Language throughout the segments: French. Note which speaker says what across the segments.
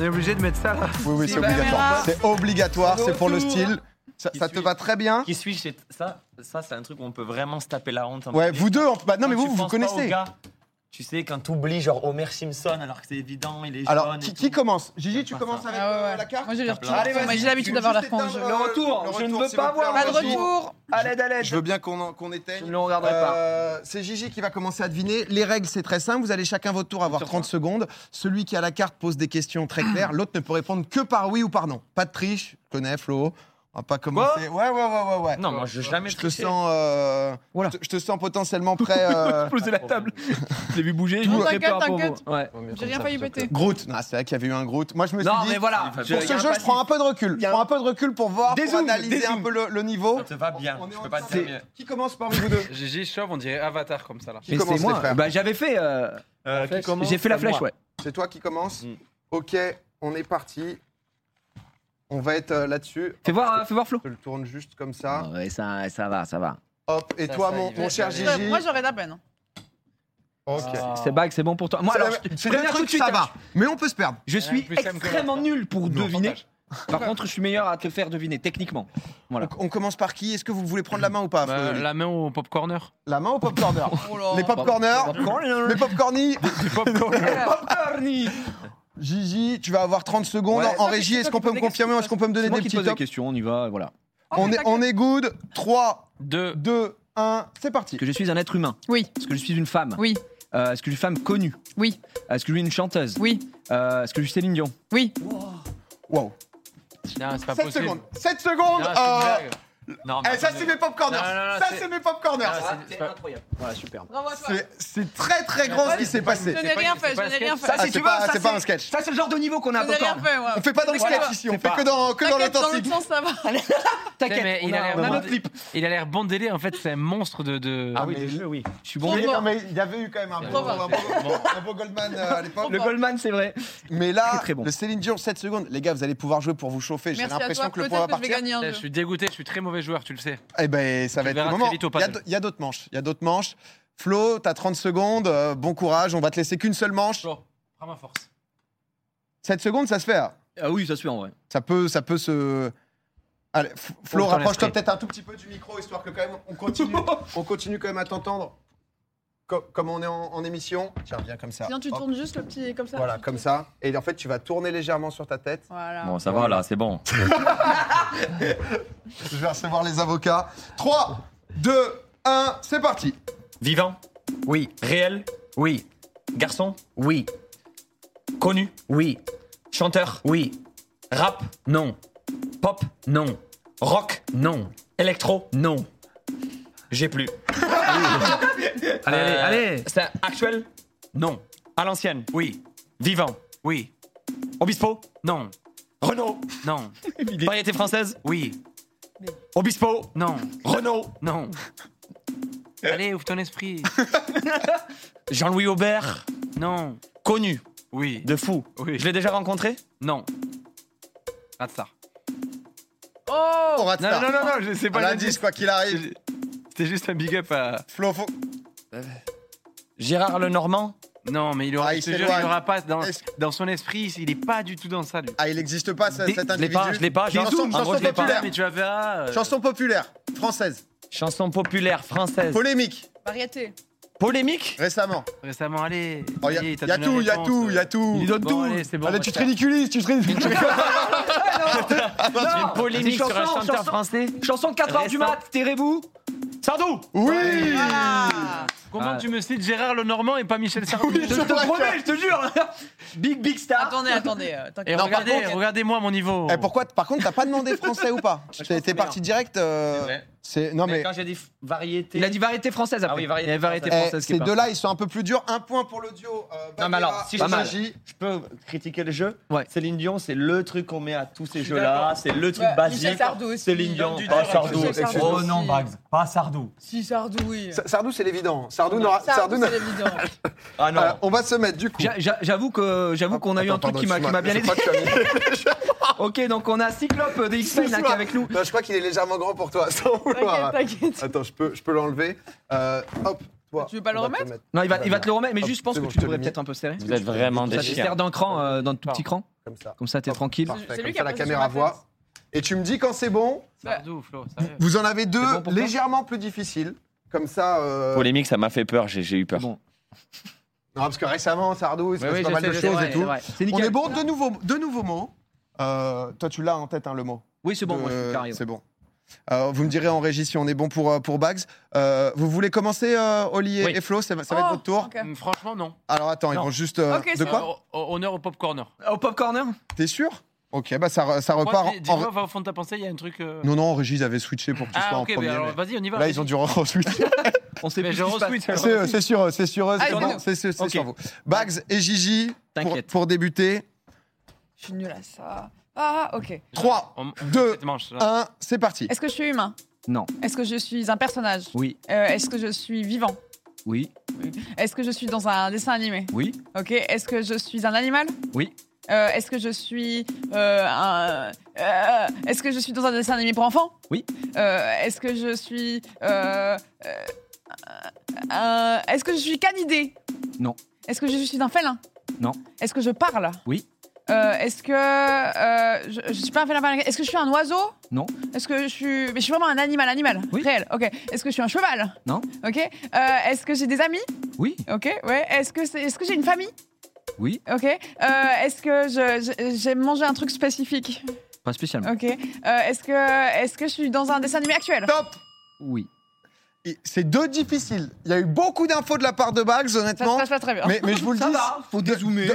Speaker 1: est obligé de mettre ça là.
Speaker 2: Oui, oui, c'est
Speaker 3: Sylvain
Speaker 2: obligatoire.
Speaker 3: Mera.
Speaker 2: C'est obligatoire, c'est pour le
Speaker 3: Retour.
Speaker 2: style. Ça,
Speaker 4: Qui
Speaker 2: ça te
Speaker 4: suit
Speaker 2: va très bien.
Speaker 4: Qui suis-je c'est- Ça, ça c'est un truc où on peut vraiment se taper la honte. un
Speaker 2: Ouais,
Speaker 4: peu.
Speaker 2: vous deux, en- bah, non, mais
Speaker 4: Quand
Speaker 2: vous,
Speaker 4: tu
Speaker 2: vous, vous
Speaker 4: penses pas au
Speaker 2: connaissez.
Speaker 4: gars, tu sais, quand t'oublies genre Homer Simpson alors que c'est évident, il est
Speaker 2: Alors,
Speaker 4: jaune et
Speaker 2: qui,
Speaker 4: tout.
Speaker 2: qui commence Gigi,
Speaker 4: J'aime
Speaker 2: tu
Speaker 4: pas
Speaker 2: commences
Speaker 4: ça.
Speaker 2: avec
Speaker 3: Ah ouais,
Speaker 2: euh,
Speaker 3: ouais.
Speaker 2: la carte
Speaker 3: Moi j'ai l'air
Speaker 4: Tape là.
Speaker 3: petit.
Speaker 4: Allez, vas-y,
Speaker 3: Moi, J'ai l'habitude
Speaker 2: Tu veux
Speaker 3: d'avoir la
Speaker 2: juste
Speaker 3: fin en
Speaker 2: éteindre,
Speaker 3: jeu.
Speaker 2: euh,
Speaker 1: Le retour, je ne veux
Speaker 2: s'il
Speaker 1: pas
Speaker 2: vous plaît,
Speaker 1: voir
Speaker 3: Pas
Speaker 2: en
Speaker 3: de
Speaker 1: le
Speaker 2: retour.
Speaker 3: retour.
Speaker 1: À l'aide, à l'aide.
Speaker 2: Je veux bien qu'on en- qu'on éteigne.
Speaker 1: Je ne le regarderai pas.
Speaker 2: Euh, c'est Gigi qui va commencer à deviner. Les règles, c'est très simple. Vous allez chacun votre tour avoir 30 secondes. Celui qui a la carte pose des questions très claires. L'autre ne peut répondre que par oui ou par non. Pas de triche. Je connais, Flo. On va pas commencer. Ouais, ouais, ouais, ouais. ouais.
Speaker 4: Non, moi je veux jamais
Speaker 2: Je te
Speaker 4: tricher.
Speaker 2: sens, euh,
Speaker 1: Voilà.
Speaker 2: je te- je te sens potentiellement prêt. euh,
Speaker 1: Poser la table. Je l'ai vu bouger, j'ai
Speaker 3: Non,
Speaker 1: eu très
Speaker 3: t'inquiète,
Speaker 1: peur pour vous.
Speaker 3: t'inquiète.
Speaker 1: Ouais.
Speaker 3: J'ai rien failli péter.
Speaker 2: Groot. Non, c'est vrai qu'il y avait eu un Groot. Moi, je me suis
Speaker 1: Non,
Speaker 2: dit.
Speaker 1: mais voilà.
Speaker 4: Pour
Speaker 2: Pour
Speaker 4: Il y
Speaker 2: ce
Speaker 4: a un
Speaker 2: jeu, je prends un peu de recul. Je prends un peu de recul pour voir, pour
Speaker 1: Dézoome,
Speaker 2: analyser un
Speaker 1: dézoome.
Speaker 2: peu le, le niveau.
Speaker 4: Ça te va bien.
Speaker 2: On est
Speaker 4: Je
Speaker 2: en
Speaker 4: peux pas te
Speaker 2: train
Speaker 4: dire
Speaker 2: de-
Speaker 4: mieux.
Speaker 2: Qui commence parmi vous deux
Speaker 5: GG Chauve, on dirait Avatar comme ça là.
Speaker 2: Qui commence, les frères
Speaker 1: Bah, j'avais fait. euh,
Speaker 4: Euh, qui commence
Speaker 1: J'ai fait la
Speaker 4: C'est moi.
Speaker 1: flèche, ouais.
Speaker 2: C'est toi qui commence.
Speaker 4: Mm.
Speaker 2: Ok, on est parti. On va être euh, là-dessus.
Speaker 1: Fais voir, euh, fais voir Flo.
Speaker 2: Je le tourne juste comme ça.
Speaker 1: Ah Ouais, ça, ça va, ça va.
Speaker 2: Hop, et
Speaker 4: Ça,
Speaker 2: toi,
Speaker 4: ça,
Speaker 2: mon,
Speaker 4: il va
Speaker 2: mon
Speaker 4: y
Speaker 2: cher
Speaker 4: aller.
Speaker 2: Gigi.
Speaker 3: Ouais, Moi j'aurais de la peine.
Speaker 2: Ok.
Speaker 4: Ah.
Speaker 1: C'est bague, c'est bon pour toi. Moi,
Speaker 2: C'est-
Speaker 1: alors, je- je
Speaker 2: c'est le
Speaker 1: préviens tout
Speaker 2: truc,
Speaker 1: de suite.
Speaker 2: ça
Speaker 1: hein,
Speaker 2: va. Mais on peut se perdre.
Speaker 1: Je suis
Speaker 5: Ouais, plus simple que
Speaker 1: extrêmement
Speaker 5: ça.
Speaker 1: nul pour
Speaker 2: Non,
Speaker 1: deviner. Par contre, je suis meilleur à te faire deviner, techniquement. Voilà.
Speaker 2: On, on commence par qui Est-ce que vous voulez prendre la main ou pas Flo
Speaker 5: Bah,
Speaker 2: Yolis
Speaker 5: la main au pop corner.
Speaker 2: La main au pop corner.
Speaker 3: Oh là.
Speaker 2: Les pop corners. Les pop corny.
Speaker 1: Ah,
Speaker 2: Gigi, tu vas avoir 30 secondes.
Speaker 1: Ouais.
Speaker 2: En
Speaker 1: Non, mais
Speaker 2: régie,
Speaker 1: c'est
Speaker 2: est-ce
Speaker 1: toi
Speaker 2: qu'on
Speaker 1: qui
Speaker 2: peut
Speaker 1: pose
Speaker 2: me
Speaker 1: des
Speaker 2: confirmer ou est-ce qu'on peut me donner
Speaker 1: C'est moi
Speaker 2: des
Speaker 1: qui
Speaker 2: petits
Speaker 1: te pose des
Speaker 2: tops
Speaker 1: questions, on y va, voilà.
Speaker 2: on est, on est good. 3,
Speaker 5: 2.
Speaker 2: 2, 1, c'est parti.
Speaker 1: Est-ce que je suis un être humain
Speaker 3: Oui,
Speaker 1: Est-ce que je suis une femme
Speaker 3: oui,
Speaker 1: Euh, Est-ce que je suis une femme connue
Speaker 3: oui,
Speaker 1: Est-ce que je suis une chanteuse
Speaker 3: oui,
Speaker 1: Euh, Est-ce que je suis Céline Dion
Speaker 3: oui.
Speaker 2: Wow.
Speaker 5: Tiens, c'est pas
Speaker 2: 7
Speaker 5: possible.
Speaker 2: secondes. 7 secondes.
Speaker 5: Non, c'est une
Speaker 2: euh,
Speaker 5: blague.
Speaker 4: Non, mais
Speaker 2: eh, ça,
Speaker 4: attendez.
Speaker 2: c'est mes pop corners.
Speaker 5: Non, non, non,
Speaker 2: Ça,
Speaker 5: c'est-
Speaker 2: c'est mes pop corners.
Speaker 5: Ah, c'est- c'est pas-
Speaker 1: incroyable. Voilà, superbe.
Speaker 3: Bravo à toi.
Speaker 2: C'est- C'est très, très grand ce qui s'est
Speaker 3: Je
Speaker 2: passé.
Speaker 5: c'est
Speaker 3: n'ai
Speaker 5: pas-
Speaker 3: rien
Speaker 5: c'est
Speaker 3: fait, je
Speaker 5: pas un
Speaker 3: n'ai rien
Speaker 5: sketch.
Speaker 3: fait.
Speaker 1: Ça,
Speaker 2: Ah,
Speaker 1: si
Speaker 2: c'est
Speaker 1: tu veux,
Speaker 2: pas-
Speaker 1: ça,
Speaker 2: c'est pas un sketch.
Speaker 1: Ça, c'est le genre de niveau qu'on a à
Speaker 3: Je n'ai rien
Speaker 1: Popcorn.
Speaker 3: fait, ouais.
Speaker 2: On fait pas dans le
Speaker 3: C'est
Speaker 2: sketch
Speaker 3: quoi
Speaker 2: ici, on
Speaker 1: C'est
Speaker 2: fait
Speaker 1: pas-
Speaker 2: que dans, que dans
Speaker 3: T'inquiète, dans
Speaker 2: l'authentique.
Speaker 3: l'autre sens ça va.
Speaker 1: T'inquiète,
Speaker 5: Mais
Speaker 1: on
Speaker 5: il a l'air
Speaker 1: a on a
Speaker 5: bon.
Speaker 1: notre clip.
Speaker 5: Il a l'air bon délai en fait, c'est un monstre de. de...
Speaker 2: Ah oui, mais-
Speaker 1: oui. Je suis bon.
Speaker 3: Trop
Speaker 2: Mais
Speaker 3: fort.
Speaker 2: non, mais il y avait eu quand même un beau,
Speaker 3: Trop fort.
Speaker 2: un beau- un beau Goldman euh, à l'époque.
Speaker 1: Le Goldman, c'est vrai.
Speaker 2: Mais là,
Speaker 1: Très, très bon.
Speaker 2: le Céline Dion, 7 secondes. Les gars, vous allez pouvoir jouer pour vous chauffer. J'ai
Speaker 3: Merci à
Speaker 2: l'impression
Speaker 3: toi.
Speaker 2: que le point va
Speaker 3: Peut-être que je vais
Speaker 2: partir.
Speaker 3: gagner un
Speaker 5: Eh, Je
Speaker 3: jeu.
Speaker 5: suis dégoûté, je suis très mauvais joueur, tu le sais.
Speaker 2: Eh ben, ça
Speaker 5: Tu
Speaker 2: va être
Speaker 5: verras
Speaker 2: le
Speaker 5: très
Speaker 2: moment.
Speaker 5: vite au
Speaker 2: Il y a
Speaker 5: paddle.
Speaker 2: d- il y a d'autres manches. Il y a d'autres manches. Flo, t'as 30 secondes. euh, bon courage. On va te laisser qu'une seule manche.
Speaker 5: Flo, prends ma force.
Speaker 2: 7 secondes, ça se fait. hein.
Speaker 1: Ah oui, ça se fait en vrai.
Speaker 2: Ça peut, ça peut se. Allez, F- Flo,
Speaker 1: Autant
Speaker 2: rapproche-toi
Speaker 1: l'esprit.
Speaker 2: peut-être un tout petit peu du micro, histoire que quand même on continue, on continue quand même à t'entendre. Co- Comme on est en, en émission. Tiens, viens comme ça.
Speaker 3: Viens, tu
Speaker 2: Hop.
Speaker 3: tournes juste le petit comme ça.
Speaker 2: Voilà, comme ça. Et en fait, tu vas tourner légèrement sur ta tête.
Speaker 3: Voilà.
Speaker 4: Bon, ça va là, c'est bon.
Speaker 2: Je vais recevoir les avocats. 3, 2, 1, c'est parti.
Speaker 4: Vivant
Speaker 1: Oui,
Speaker 4: Réel
Speaker 1: oui,
Speaker 4: Garçon
Speaker 1: oui,
Speaker 4: Connu
Speaker 1: oui,
Speaker 4: Chanteur
Speaker 1: oui,
Speaker 4: Rap
Speaker 1: non,
Speaker 4: Pop
Speaker 1: non,
Speaker 4: Rock
Speaker 1: non,
Speaker 4: Électro
Speaker 1: non.
Speaker 4: J'ai plus.
Speaker 1: Allez,
Speaker 4: Euh,
Speaker 1: allez, allez.
Speaker 4: C'est actuel
Speaker 1: Non,
Speaker 4: À l'ancienne
Speaker 1: oui,
Speaker 4: Vivant
Speaker 1: oui,
Speaker 4: Obispo
Speaker 1: non,
Speaker 4: Renault
Speaker 1: non,
Speaker 4: Variété française
Speaker 1: oui,
Speaker 4: Obispo
Speaker 1: non,
Speaker 4: Renault
Speaker 1: non.
Speaker 5: Allez, ouvre ton esprit.
Speaker 4: Jean-Louis Aubert
Speaker 5: Non,
Speaker 4: Connu
Speaker 5: oui,
Speaker 4: De fou
Speaker 5: Oui.
Speaker 4: Je l'ai déjà rencontré
Speaker 5: non. Rate ça.
Speaker 2: On
Speaker 3: Oh
Speaker 2: rate
Speaker 5: Non,
Speaker 2: ça.
Speaker 5: non, non, non, je sais
Speaker 2: Un
Speaker 5: pas
Speaker 2: indice, quoi qu'il arrive.
Speaker 5: C'était juste un big up à.
Speaker 2: Flo, faut-
Speaker 4: Gérard Lenormand
Speaker 5: Non, mais il aura,
Speaker 2: Ah, il
Speaker 5: je te
Speaker 2: s'éloigne.
Speaker 5: jure, il aura pas dans,
Speaker 2: Est-ce-
Speaker 5: dans son esprit, il est pas du tout dans ça. Lui.
Speaker 2: Ah, il n'existe pas, ce-
Speaker 4: Des-
Speaker 2: cet
Speaker 4: Je l'ai
Speaker 2: individu.
Speaker 4: pas, je l'ais pas. genre,
Speaker 2: Chanson-
Speaker 4: en gros,
Speaker 2: chanson
Speaker 4: je l'ai pas.
Speaker 2: populaire.
Speaker 5: mais tu vas verras. euh,
Speaker 2: Chanson populaire, française,
Speaker 4: Chanson populaire française.
Speaker 2: polémique,
Speaker 3: Variété.
Speaker 4: Polémique
Speaker 2: récemment.
Speaker 5: Récemment, allez.
Speaker 2: Il Oh, y a,
Speaker 5: allez, t'as
Speaker 2: y a
Speaker 5: donné
Speaker 2: tout,
Speaker 5: la
Speaker 2: il y a
Speaker 5: réponse,
Speaker 2: tout,
Speaker 5: euh.
Speaker 2: il y a tout.
Speaker 1: Il donne
Speaker 5: Bon,
Speaker 1: tout.
Speaker 5: allez, c'est bon,
Speaker 2: Allez,
Speaker 5: moi,
Speaker 2: tu
Speaker 5: je
Speaker 2: te ridiculises, tu te ridiculises.
Speaker 4: Une polémique
Speaker 1: C'est
Speaker 4: sur un
Speaker 1: chanson,
Speaker 4: chanteur
Speaker 1: chanson.
Speaker 4: français
Speaker 1: Chanson de 4 heures du
Speaker 4: Récent.
Speaker 1: mat, terrez-vous.
Speaker 4: Sardou
Speaker 2: Oui
Speaker 4: Ah.
Speaker 3: Voilà.
Speaker 5: Comment
Speaker 1: Ouais.
Speaker 5: tu me cites Gérard Lenormand et pas Michel Sardou
Speaker 2: Oui,
Speaker 1: Je te promets, je te jure. Big, big star.
Speaker 3: Attendez, attendez. euh,
Speaker 5: Et
Speaker 2: Non,
Speaker 3: t'inquiète.
Speaker 2: par
Speaker 5: Eh, regardez,
Speaker 2: contre-
Speaker 5: regardez-moi mon niveau.
Speaker 2: Eh, pourquoi, par contre, t'as pas demandé français ou pas
Speaker 4: je
Speaker 2: T'es
Speaker 4: pense
Speaker 2: t'es
Speaker 4: que
Speaker 2: parti direct. euh,
Speaker 4: C'est vrai.
Speaker 2: C'est non mais,
Speaker 4: quand j'ai dit variété.
Speaker 1: Il a dit variété française
Speaker 4: Ah
Speaker 1: après.
Speaker 4: oui, variété
Speaker 1: Il y a variété
Speaker 2: eh,
Speaker 4: française.
Speaker 1: française. qui est
Speaker 2: ces
Speaker 1: pas-
Speaker 2: deux-là, ils sont un peu plus durs. Un point pour le duo. euh,
Speaker 4: Non, mais alors,
Speaker 2: Bagheera
Speaker 4: si
Speaker 2: et
Speaker 4: je-
Speaker 2: Magie.
Speaker 4: Je peux critiquer le jeu
Speaker 1: Ouais.
Speaker 4: Céline Dion, c'est le truc qu'on met à tous ces
Speaker 3: Je suis
Speaker 4: jeux-là.
Speaker 3: d'accord.
Speaker 4: C'est le truc
Speaker 3: Ouais,
Speaker 4: basique.
Speaker 3: Michel Sardou aussi.
Speaker 4: Céline Dion,
Speaker 5: Michel
Speaker 4: pas
Speaker 5: Sardou,
Speaker 4: Sardou.
Speaker 3: Michel Sardou
Speaker 4: Oh
Speaker 3: aussi.
Speaker 4: non, Bags, pas Sardou.
Speaker 3: Si Sardou, oui.
Speaker 2: Sa- Sardou, c'est l'évident. Sardou, n'aura- Sardou n'a-
Speaker 3: c'est évident.
Speaker 4: Ah non.
Speaker 2: Euh, on va se mettre du coup.
Speaker 1: J'a- j'a- J'avoue que j'avoue qu'on a eu un
Speaker 2: Attends,
Speaker 1: truc qui m'a
Speaker 2: pardon,
Speaker 1: qui m'a bien aidé.
Speaker 2: excuse-moi, je crois que tu as mis-
Speaker 1: Ok, donc on a Cyclope euh, de X-Men là, qui est
Speaker 2: Excuse-moi.
Speaker 1: avec nous.
Speaker 2: Non, je crois qu'il est légèrement grand pour toi, sans vouloir.
Speaker 3: T'inquiète, t'inquiète.
Speaker 2: Attends, je peux, je peux l'enlever. Euh, hop, toi.
Speaker 3: Tu veux pas le
Speaker 2: on va te
Speaker 3: remettre
Speaker 2: mettre-
Speaker 1: Non, il va,
Speaker 2: Tout va
Speaker 1: il va te le remettre, mais
Speaker 2: Hop,
Speaker 1: juste je pense
Speaker 2: c'est
Speaker 1: que
Speaker 2: bon,
Speaker 1: tu
Speaker 2: je te l'ai
Speaker 1: devrais
Speaker 2: mis.
Speaker 1: peut-être un peu serrer.
Speaker 4: Vous êtes vraiment
Speaker 1: Ça
Speaker 4: des
Speaker 1: te
Speaker 4: chiens.
Speaker 1: sert d'un cran, euh, d'un tout petit cran.
Speaker 2: Comme ça.
Speaker 1: Comme ça, t'es tranquille.
Speaker 2: Parfait,
Speaker 3: C'est lui
Speaker 2: comme
Speaker 3: qui
Speaker 2: ça,
Speaker 3: a
Speaker 2: la
Speaker 3: posé sur
Speaker 2: caméra
Speaker 3: ma
Speaker 2: voit.
Speaker 3: tête.
Speaker 2: Et tu me dis quand c'est bon.
Speaker 5: Sardou, Flo, sérieux.
Speaker 2: Vous en avez deux
Speaker 1: bon pour toi
Speaker 2: légèrement plus difficiles. Comme ça. euh,
Speaker 6: Polémique, ça m'a fait peur, j'ai j'ai eu peur.
Speaker 1: Bon.
Speaker 2: Non, parce que récemment, Sardou, il se
Speaker 1: Ouais,
Speaker 2: passe
Speaker 1: ouais,
Speaker 2: pas
Speaker 1: je
Speaker 2: mal
Speaker 1: sais,
Speaker 2: de
Speaker 1: je sais,
Speaker 2: choses
Speaker 1: ouais,
Speaker 2: et tout.
Speaker 1: ouais. C'est
Speaker 2: On
Speaker 1: nickel.
Speaker 2: est bon, deux nouveaux, deux nouveaux mots. Euh, toi, tu l'as en tête, hein, le mot.
Speaker 1: Oui, c'est bon,
Speaker 2: De-
Speaker 1: moi je suis carré.
Speaker 2: C'est bon. Euh, vous me direz en régie si on est bon pour, euh, pour Bags. Euh, vous voulez commencer, euh, Oli et,
Speaker 5: Oui.
Speaker 2: et Flo Ça, va- ça va être
Speaker 3: Oh,
Speaker 2: votre tour.
Speaker 3: ok.
Speaker 5: Hum, Franchement, non.
Speaker 2: Alors attends, ils
Speaker 5: Non.
Speaker 2: vont juste. euh,
Speaker 3: Ok,
Speaker 2: de
Speaker 3: c'est
Speaker 2: quoi Euh,
Speaker 3: bon.
Speaker 5: Euh, Honneur au pop corner.
Speaker 1: Au pop corner
Speaker 2: T'es sûr Ok, bah ça, re- ça repart. en-
Speaker 5: Dis-moi, va au fond de ta pensée, il y a un truc. euh,
Speaker 2: Non, non, en régie, ils avaient switché pour que tu sois
Speaker 5: Ah,
Speaker 2: en
Speaker 5: ok,
Speaker 2: premier.
Speaker 5: mais alors
Speaker 2: mais-
Speaker 5: vas-y, on y va.
Speaker 2: Là, ils ont dû re-switcher.
Speaker 1: On sait
Speaker 5: Mais
Speaker 1: plus
Speaker 5: je
Speaker 1: ce qui se passe.
Speaker 5: retweet.
Speaker 2: c'est eux, c'est sur eux, c'est sur eux,
Speaker 3: Ah,
Speaker 2: c'est sur
Speaker 3: ils
Speaker 2: vous,
Speaker 3: ont-
Speaker 2: c'est- c'est- c'est
Speaker 1: Ok.
Speaker 2: sur vous. Bags et Gigi, pour,
Speaker 1: T'inquiète.
Speaker 2: pour débuter.
Speaker 3: Je suis nulle à ça. Ah, ok.
Speaker 2: 3,
Speaker 5: On- Ah, on-
Speaker 2: Deux.
Speaker 5: cette manche, là.
Speaker 2: 1, c'est parti.
Speaker 3: Est-ce que je suis humain
Speaker 1: Non.
Speaker 3: Est-ce que je suis un personnage
Speaker 1: Oui,
Speaker 3: Euh, Est-ce que je suis vivant
Speaker 1: oui,
Speaker 3: Est-ce que je suis dans un dessin animé
Speaker 1: oui.
Speaker 3: Ok. Est-ce que je suis un animal
Speaker 1: Oui.
Speaker 3: Euh, Est-ce que je suis euh, un. euh, Est-ce que je suis dans un dessin animé pour enfants
Speaker 1: Oui.
Speaker 3: Euh, Est-ce que je suis. euh, euh, un- Est-ce que je suis canidé
Speaker 1: Non.
Speaker 3: Est-ce que je suis un félin
Speaker 1: Non.
Speaker 3: Est-ce que je parle
Speaker 1: Oui.
Speaker 3: Euh, Est-ce que. euh, je, je suis pas un félin par- Est-ce que je suis un oiseau
Speaker 1: Non.
Speaker 3: Est-ce que je suis. Mais je suis vraiment un animal, animal.
Speaker 1: Oui.
Speaker 3: Réel. Ok. Est-ce que je suis un cheval
Speaker 1: Non.
Speaker 3: Ok. Euh, Est-ce que j'ai des amis
Speaker 1: Oui,
Speaker 3: Ok, ouais. Est-ce que, c'est- est-ce que j'ai une famille
Speaker 1: oui,
Speaker 3: Ok. Euh, est-ce que je, je- j'ai mangé un truc spécifique
Speaker 1: pas spécialement.
Speaker 3: Ok. Euh, est-ce, que, est-ce que je suis dans un dessin animé actuel
Speaker 2: Top
Speaker 1: Oui.
Speaker 2: Et C'est deux difficiles. Il y a eu beaucoup d'infos de la part de Bags,
Speaker 3: Ça se
Speaker 2: honnêtement.
Speaker 3: passe pas très bien.
Speaker 2: Mais, mais je vous le dis.
Speaker 1: Hein faut
Speaker 2: d-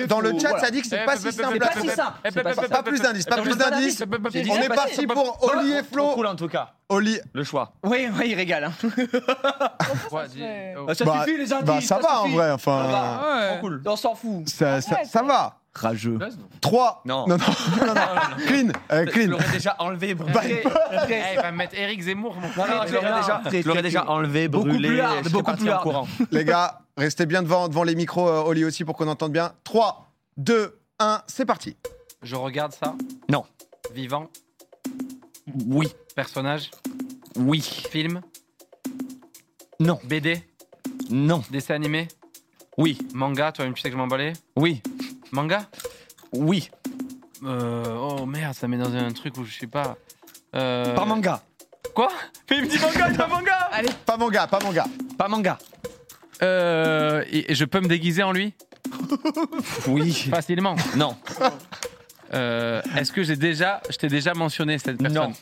Speaker 2: Dans le chat,
Speaker 1: voilà.
Speaker 2: ça dit que c'est
Speaker 5: Eh,
Speaker 2: pas
Speaker 5: bah,
Speaker 2: si
Speaker 5: bah, bah,
Speaker 2: simple.
Speaker 1: C'est
Speaker 5: bah,
Speaker 1: pas si simple.
Speaker 5: Eh,
Speaker 1: c'est
Speaker 5: bah,
Speaker 1: pas
Speaker 5: bah,
Speaker 1: simple.
Speaker 5: bah,
Speaker 2: Pas plus d'indices, pas
Speaker 5: Attends,
Speaker 2: plus
Speaker 5: je donne
Speaker 2: d'indices.
Speaker 5: pas d'indice.
Speaker 1: J'ai dit
Speaker 2: On
Speaker 1: c'est
Speaker 2: est
Speaker 1: pas
Speaker 2: parti
Speaker 1: simple.
Speaker 2: pour Oli et
Speaker 6: Trop
Speaker 2: Flo.
Speaker 6: cool en tout cas.
Speaker 2: Oli,
Speaker 6: Le choix.
Speaker 1: Oui, oui, il régale. hein.
Speaker 5: Ouais,
Speaker 3: se
Speaker 5: dis-
Speaker 3: fait.
Speaker 5: oh.
Speaker 1: Ah, Ça
Speaker 2: Bah,
Speaker 1: suffit les indices.
Speaker 2: bah, ça va en
Speaker 1: suffit.
Speaker 2: vrai,
Speaker 1: Ça
Speaker 2: enfin.
Speaker 1: va. Ah
Speaker 3: Ouais.
Speaker 1: Cool. On s'en fout.
Speaker 2: Ça, ça,
Speaker 3: Ouais,
Speaker 2: ça va.
Speaker 1: Rageux.
Speaker 5: Eh,
Speaker 2: 3.
Speaker 6: Non.
Speaker 2: Non, non, non, non. Clean, euh,
Speaker 6: Euh, Je
Speaker 2: clean.
Speaker 6: l'aurais déjà enlevé, brûlé.
Speaker 2: Bah,
Speaker 5: Très- eh, il va mettre Eric Zemmour, mon
Speaker 1: Non, non,
Speaker 5: frère.
Speaker 1: je
Speaker 5: il est
Speaker 1: l'aurais
Speaker 5: là.
Speaker 1: Ah, déjà-
Speaker 6: Je l'aurais déjà enlevé,
Speaker 1: Beaucoup
Speaker 6: brûlé.
Speaker 1: plus hard,
Speaker 6: je serais
Speaker 1: beaucoup
Speaker 6: parti
Speaker 1: plus
Speaker 6: en
Speaker 1: hard.
Speaker 6: courant.
Speaker 2: Les gars, restez bien devant, devant les micros, euh, Oli aussi, pour qu'on entende bien. 3, 2, 1, c'est parti.
Speaker 5: Je regarde ça.
Speaker 6: Non.
Speaker 5: Vivant,
Speaker 6: Oui,
Speaker 5: personnage,
Speaker 6: oui,
Speaker 5: film.
Speaker 6: Non.
Speaker 5: BD,
Speaker 6: non,
Speaker 5: dessin animé,
Speaker 6: oui,
Speaker 5: manga, toi-même tu sais que je m'emballais.
Speaker 6: oui,
Speaker 5: Manga
Speaker 6: oui.
Speaker 5: Euh, oh merde, ça met dans un truc où je sais pas. Euh...
Speaker 6: Pas manga,
Speaker 5: Quoi Mais il me dit manga, il dit manga
Speaker 3: Allez,
Speaker 2: Pas mon gars, pas mon gars.
Speaker 6: pas manga.
Speaker 5: Euh. Et, et je peux me déguiser en lui
Speaker 6: Oui,
Speaker 5: Facilement.
Speaker 6: non,
Speaker 5: Euh, Est-ce que j'ai déjà. Je t'ai déjà mentionné cette personne
Speaker 6: Non.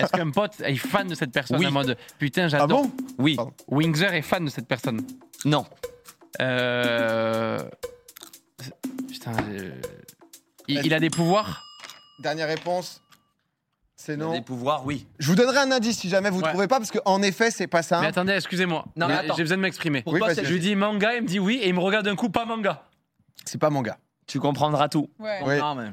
Speaker 5: Est-ce qu'un pote est fan de cette personne
Speaker 6: Oui.
Speaker 5: en mode Putain,
Speaker 2: Ah
Speaker 5: j'adore.
Speaker 2: bon
Speaker 6: oui,
Speaker 2: Pardon.
Speaker 5: Wingzer est fan de cette personne.
Speaker 6: non,
Speaker 5: Euh. Putain. euh, Il, il a des pouvoirs
Speaker 2: Dernière réponse. C'est
Speaker 6: des
Speaker 2: non.
Speaker 6: pouvoirs, oui.
Speaker 2: Je vous donnerai un indice si jamais vous ne
Speaker 5: Ouais.
Speaker 2: trouvez pas, parce qu'en effet, c'est pas
Speaker 5: Mais
Speaker 2: simple.
Speaker 5: attendez, excusez-moi.
Speaker 1: Non, mais
Speaker 5: J'ai-
Speaker 1: attends.
Speaker 5: J'ai besoin de m'exprimer.
Speaker 1: Pour
Speaker 2: Oui,
Speaker 1: toi,
Speaker 2: parce
Speaker 1: c'est
Speaker 5: Je lui dis manga, il me dit oui, et il me regarde d'un coup, pas manga.
Speaker 2: C'est pas mon gars.
Speaker 6: Tu comprendras tout.
Speaker 3: ouais.
Speaker 2: Ouais.
Speaker 1: Non, mais-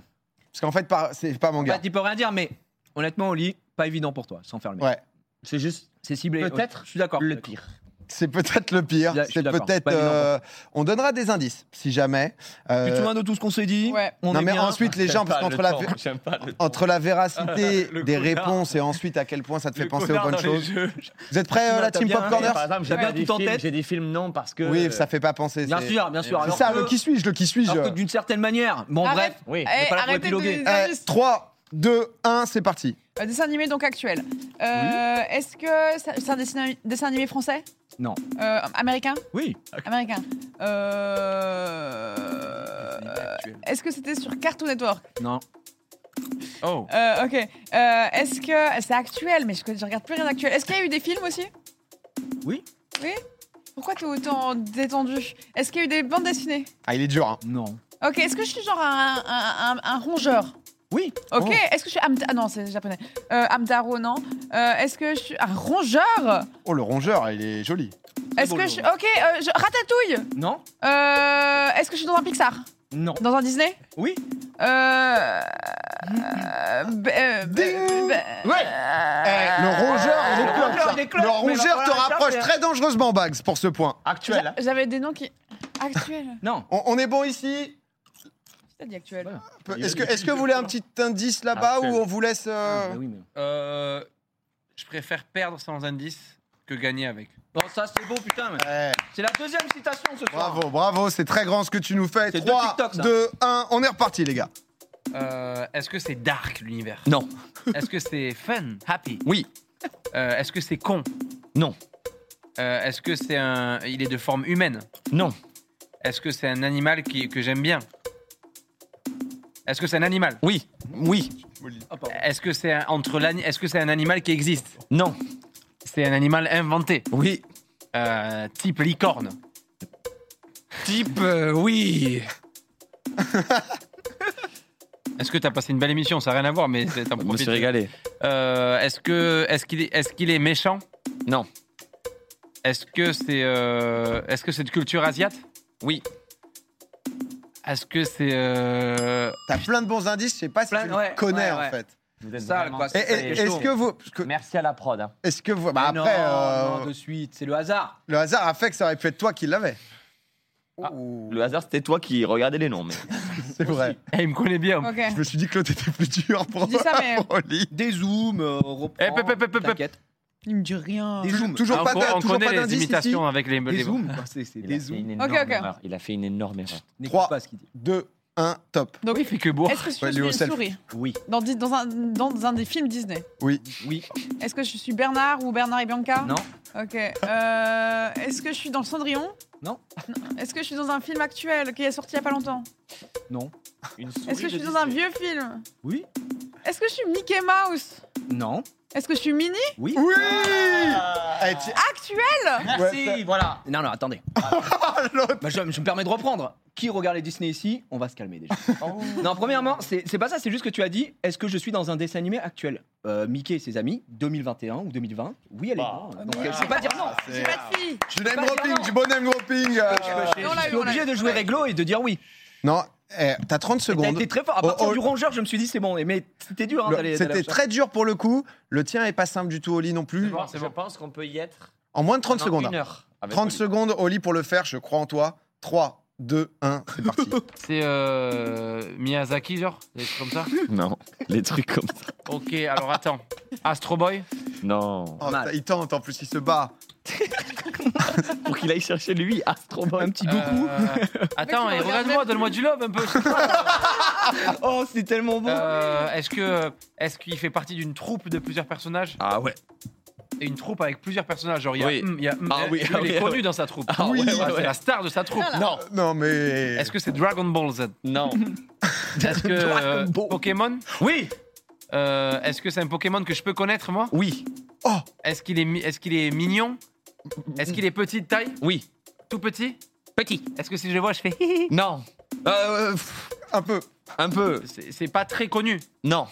Speaker 2: Parce qu'en fait, par- c'est pas mon
Speaker 1: Bah,
Speaker 2: gars.
Speaker 1: tu peux rien dire, mais honnêtement, Oli, pas évident pour toi, sans faire le mec.
Speaker 2: Ouais.
Speaker 1: C'est juste, c'est ciblé.
Speaker 6: Peut-être
Speaker 1: Je suis d'accord.
Speaker 6: le pire.
Speaker 2: C'est peut-être le pire.
Speaker 1: Je suis
Speaker 2: C'est
Speaker 1: d'accord.
Speaker 2: peut-être.
Speaker 1: Pas évident, hein.
Speaker 2: euh, on donnera des indices si jamais. Euh,
Speaker 1: Tu te souviens de tout ce qu'on s'est dit
Speaker 3: Ouais.
Speaker 1: On
Speaker 2: non
Speaker 1: est
Speaker 2: mais
Speaker 1: bien. Ah,
Speaker 2: ensuite les gens parce qu'entre la vé-
Speaker 6: J'aime pas le
Speaker 2: entre la véracité
Speaker 6: Le
Speaker 2: des
Speaker 6: connard.
Speaker 2: réponses et ensuite à quel point ça te fait
Speaker 6: le
Speaker 2: penser aux
Speaker 6: connard
Speaker 2: bonnes
Speaker 6: dans les
Speaker 2: choses.
Speaker 6: jeux.
Speaker 2: Vous êtes prêts euh,
Speaker 1: Non,
Speaker 2: la
Speaker 1: t'as
Speaker 2: team
Speaker 1: bien
Speaker 2: Pop
Speaker 1: raison.
Speaker 2: Corner
Speaker 6: Par exemple, j'ai
Speaker 1: Ouais.
Speaker 6: pas dit
Speaker 1: Tout en
Speaker 6: film,
Speaker 1: tête.
Speaker 6: j'ai dit film non parce que.
Speaker 2: Oui, ça fait pas penser.
Speaker 1: Bien
Speaker 2: c'est-
Speaker 1: sûr, bien sûr.
Speaker 2: C'est
Speaker 1: alors
Speaker 2: ça
Speaker 1: que-
Speaker 2: le qui suis-je, le qui suis-je.
Speaker 1: Alors que d'une certaine manière. Bon,
Speaker 3: Arrête.
Speaker 1: bref.
Speaker 6: Oui.
Speaker 1: est
Speaker 3: Eh,
Speaker 1: pas là pour
Speaker 3: arrêtez de
Speaker 1: épiloguer.
Speaker 3: les
Speaker 2: Euh,
Speaker 3: indices.
Speaker 2: 3, 2, 1, c'est parti.
Speaker 3: Euh, Dessin animé donc actuel. Euh, Est-ce que ça- c'est un dessin, dessin animé français
Speaker 1: Non.
Speaker 3: Euh, américain
Speaker 1: Oui.
Speaker 3: Américain. Euh... Est-ce que c'était sur Cartoon Network
Speaker 1: Non.
Speaker 5: Oh.
Speaker 3: Euh, Ok. Euh, Est-ce que c'est actuel Mais je, connais- je regarde plus rien d'actuel. Est-ce qu'il y a eu des films aussi
Speaker 1: Oui.
Speaker 3: Oui. Pourquoi t'es autant détendu Est-ce qu'il y a eu des bandes dessinées
Speaker 2: Ah, il est dur. Hein.
Speaker 1: Non.
Speaker 3: Ok. Est-ce que je suis genre un, un- un- un rongeur
Speaker 1: Oui.
Speaker 3: Ok.
Speaker 2: Oh.
Speaker 3: Est-ce que je suis Amda- ah non, c'est japonais. Euh, Amdaro, non. Euh, Est-ce que je suis un rongeur
Speaker 2: Oh, le rongeur, il est joli.
Speaker 3: Est-ce
Speaker 5: bon,
Speaker 3: que
Speaker 5: le
Speaker 3: je suis ok euh, je- Ratatouille
Speaker 1: Non.
Speaker 3: Euh, Est-ce que je suis dans un Pixar
Speaker 1: Non.
Speaker 3: Dans un Disney
Speaker 1: Oui.
Speaker 3: Euh. euh, b- euh, b-
Speaker 2: Mmh. Ding.
Speaker 3: b-
Speaker 2: Ouais.
Speaker 3: euh,
Speaker 2: Eh, le rongeur, il est
Speaker 1: le
Speaker 2: cloque,
Speaker 1: rongeur,
Speaker 2: ça.
Speaker 1: il est
Speaker 2: Le
Speaker 1: cloque, mais la
Speaker 2: rongeur te
Speaker 1: première
Speaker 2: rapproche
Speaker 1: étape,
Speaker 2: très dangereusement, Bags, pour ce point.
Speaker 6: Actuel. hein.
Speaker 3: J'avais des noms qui. Actuel.
Speaker 1: Non.
Speaker 2: On, on est bon ici
Speaker 3: T'as dit actuel.
Speaker 2: Peu- Est-ce que, est que vous voulez un petit indice là-bas ou
Speaker 6: Actuel.
Speaker 2: on vous laisse. euh,
Speaker 1: Ah, bah oui, mais-
Speaker 5: Euh, je préfère perdre sans indice que gagner avec.
Speaker 1: Bon, ça, c'est beau, putain. mais-
Speaker 2: Eh,
Speaker 1: C'est la deuxième citation ce soir.
Speaker 2: bravo, bravo, c'est très grand ce que tu nous fais.
Speaker 1: C'est deux
Speaker 2: 3,
Speaker 1: TikTok, ça.
Speaker 2: 2, 1, on est reparti, les gars.
Speaker 5: Euh, Est-ce que c'est dark l'univers
Speaker 6: Non.
Speaker 5: Est-ce que c'est fun, happy
Speaker 6: Oui.
Speaker 5: Euh, Est-ce que c'est con
Speaker 6: Non.
Speaker 5: Euh, Est-ce que c'est un. Il est de forme humaine
Speaker 6: Non.
Speaker 5: Est-ce que c'est un animal qui... que j'aime bien Est-ce que c'est un animal
Speaker 6: Oui. Oui.
Speaker 5: Est-ce que c'est un... entre l'ani- Est-ce que c'est un animal qui existe
Speaker 6: Non.
Speaker 5: C'est un animal inventé,
Speaker 6: Oui.
Speaker 5: euh, type licorne.
Speaker 6: Type, euh, oui.
Speaker 5: Est-ce que t'as passé une belle émission Ça n'a rien à voir, mais c'est un
Speaker 6: Je me suis régalé.
Speaker 5: Euh, est-ce que est-ce qu'il est, est-ce qu'il est méchant
Speaker 6: Non.
Speaker 5: Est-ce que c'est euh, est-ce que c'est de culture asiate
Speaker 6: Oui.
Speaker 5: Est-ce que c'est euh,
Speaker 2: T'as plein de bons indices, je sais pas si
Speaker 1: Plein-
Speaker 2: tu
Speaker 1: ouais,
Speaker 2: les connais
Speaker 1: ouais,
Speaker 2: en
Speaker 1: ouais.
Speaker 2: fait.
Speaker 4: Vous êtes
Speaker 1: Sale,
Speaker 4: vraiment-
Speaker 1: quoi,
Speaker 2: Et-
Speaker 1: c'est-
Speaker 2: et-
Speaker 4: c'est
Speaker 2: Est-ce
Speaker 4: chaud.
Speaker 2: que vous. parce que-
Speaker 4: Merci à la prod. hein.
Speaker 2: Est-ce que vous. Bah
Speaker 1: Mais
Speaker 2: après,
Speaker 1: non,
Speaker 2: euh,
Speaker 1: non, hein, de suite, c'est le hasard.
Speaker 2: le hasard a fait que ça aurait pu être toi qui l'avais.
Speaker 1: Ah,
Speaker 6: Le hasard, c'était toi qui regardais les noms. Mais...
Speaker 2: C'est vrai.
Speaker 5: Eh, il me connaît bien.
Speaker 3: Ok.
Speaker 2: Je me suis dit que l'autre était plus dur pour
Speaker 3: Je dis ça, mais-
Speaker 2: pour Oli.
Speaker 1: Des zooms, euh, on reprend.
Speaker 5: Eh, pep, pep, pep, pep.
Speaker 1: t'inquiète.
Speaker 3: Il me dit rien.
Speaker 1: Des zooms.
Speaker 2: Toujours
Speaker 5: Ah,
Speaker 2: pas
Speaker 5: on,
Speaker 2: de-
Speaker 5: on
Speaker 2: toujours
Speaker 5: connaît
Speaker 2: pas
Speaker 5: les
Speaker 2: d'indice
Speaker 5: imitations
Speaker 2: ici.
Speaker 1: hein.
Speaker 5: avec les, les-
Speaker 1: Des zooms, quoi, c'est c'est
Speaker 4: Il a
Speaker 1: des
Speaker 4: fait une
Speaker 1: zooms.
Speaker 4: énorme
Speaker 3: Ok, ok.
Speaker 4: erreur. Il a fait une énorme erreur.
Speaker 2: Trois.
Speaker 1: N'écoute pas ce qu'il dit.
Speaker 2: 2, 1, top.
Speaker 3: Donc,
Speaker 5: Il fait que boire.
Speaker 3: est-ce que je suis
Speaker 2: Ouais, lui au
Speaker 3: une
Speaker 2: selfie.
Speaker 3: souris
Speaker 1: Oui.
Speaker 3: dans, Dis- dans un, dans un des films Disney
Speaker 2: Oui.
Speaker 1: Oui.
Speaker 3: Est-ce que je suis Bernard ou Bernard et Bianca
Speaker 1: Non.
Speaker 3: Ok. Euh, Est-ce que je suis dans le Cendrillon
Speaker 1: Non.
Speaker 3: Non. Est-ce que je suis dans un film actuel qui est sorti il y a pas longtemps
Speaker 1: Non.
Speaker 3: Est-ce que je suis dans un vieux film
Speaker 1: Oui.
Speaker 3: Est-ce que je suis Mickey Mouse
Speaker 1: Non.
Speaker 3: Est-ce que je suis Minnie
Speaker 1: Oui.
Speaker 2: Oui
Speaker 1: Ah.
Speaker 2: Eh, ti-
Speaker 3: Actuel
Speaker 4: Merci,
Speaker 2: Ouais,
Speaker 4: voilà.
Speaker 1: Non, non, attendez. Bah, je, je me permets de reprendre. Qui regarde les Disney ici On va se calmer déjà. non, premièrement, c'est c'est pas ça, c'est juste que tu as dit est-ce que je suis dans un dessin animé actuel Euh, Mickey et ses amis, 2021 ou 2020 Oui, elle est.
Speaker 4: Bah.
Speaker 1: dedans. Donc, euh, c'est pas dire non.
Speaker 3: J'ai pas de fille.
Speaker 2: Du name
Speaker 1: Pas
Speaker 2: dropping,
Speaker 1: évident.
Speaker 2: du bon name dropping. euh,
Speaker 1: Ah, Je
Speaker 3: Et on l'a eu,
Speaker 1: suis
Speaker 3: on l'a eu.
Speaker 1: obligé de jouer réglo et de dire oui.
Speaker 2: Non, eh, t'as 30
Speaker 1: T'as
Speaker 2: secondes.
Speaker 1: été très fort. À
Speaker 2: Oh,
Speaker 1: partir
Speaker 2: oh.
Speaker 1: du rongeur, je me suis dit c'est bon. Mais c'était dur hein,
Speaker 2: Le-
Speaker 1: d'aller.
Speaker 2: C'était
Speaker 1: d'aller-
Speaker 2: très dur pour le coup. Le tien est pas simple du tout, Oli, non plus.
Speaker 5: bon, c'est
Speaker 4: Je
Speaker 5: bon.
Speaker 4: pense qu'on peut y être.
Speaker 2: En moins de 30
Speaker 4: pendant
Speaker 2: secondes.
Speaker 4: Une heure.
Speaker 6: Ah,
Speaker 4: avec
Speaker 2: 30
Speaker 4: Oli.
Speaker 2: secondes, Oli, pour le faire, je crois en toi. 3, 2, 1, c'est parti.
Speaker 5: C'est euh, Miyazaki genre, des trucs comme ça.
Speaker 6: non. Les trucs comme ça.
Speaker 5: ok, alors attends. Astro Boy.
Speaker 6: Non.
Speaker 2: Oh,
Speaker 1: Mal.
Speaker 2: putain, il tente, en plus, il se bat.
Speaker 6: Pour qu'il aille chercher lui, Astro Boy.
Speaker 1: Un petit
Speaker 5: Euh,
Speaker 1: Goku.
Speaker 5: attends,
Speaker 3: Le mec qui me
Speaker 5: et
Speaker 3: regarde
Speaker 5: regarde-moi,
Speaker 3: même
Speaker 5: donne-moi du love un peu.
Speaker 1: Oh, c'est tellement bon.
Speaker 5: Euh, est-ce que est-ce qu'il fait partie d'une troupe de plusieurs personnages
Speaker 6: Ah ouais.
Speaker 5: et une troupe avec plusieurs personnages. Genre, il y a,
Speaker 6: Oui.
Speaker 5: hum, il y a hum,
Speaker 6: Ah
Speaker 5: il-
Speaker 6: oui,
Speaker 5: il
Speaker 6: ah oui,
Speaker 5: est
Speaker 6: ah
Speaker 5: connu dans sa troupe.
Speaker 6: Ah oui,
Speaker 5: Ouais,
Speaker 6: ouais,
Speaker 5: ouais,
Speaker 6: ouais.
Speaker 5: C'est la star de sa troupe.
Speaker 6: Non.
Speaker 2: Euh, Non, mais.
Speaker 5: Est-ce que c'est Dragon Ball Z
Speaker 6: Non.
Speaker 5: Est-ce que euh,
Speaker 1: Dragon Ball.
Speaker 5: Pokémon
Speaker 6: Oui.
Speaker 5: Euh, Est-ce que c'est un Pokémon que je peux connaître moi
Speaker 6: Oui.
Speaker 2: Oh
Speaker 5: Est-ce qu'il est, mi- est-ce qu'il est mignon Est-ce qu'il est petit de taille
Speaker 6: Oui.
Speaker 5: Tout petit
Speaker 6: Petit.
Speaker 5: Est-ce que si je le vois, je fais hi, hi
Speaker 6: Non. Euh, pff,
Speaker 2: Un peu.
Speaker 6: un peu.
Speaker 5: c'est, c'est pas très connu.
Speaker 6: Non.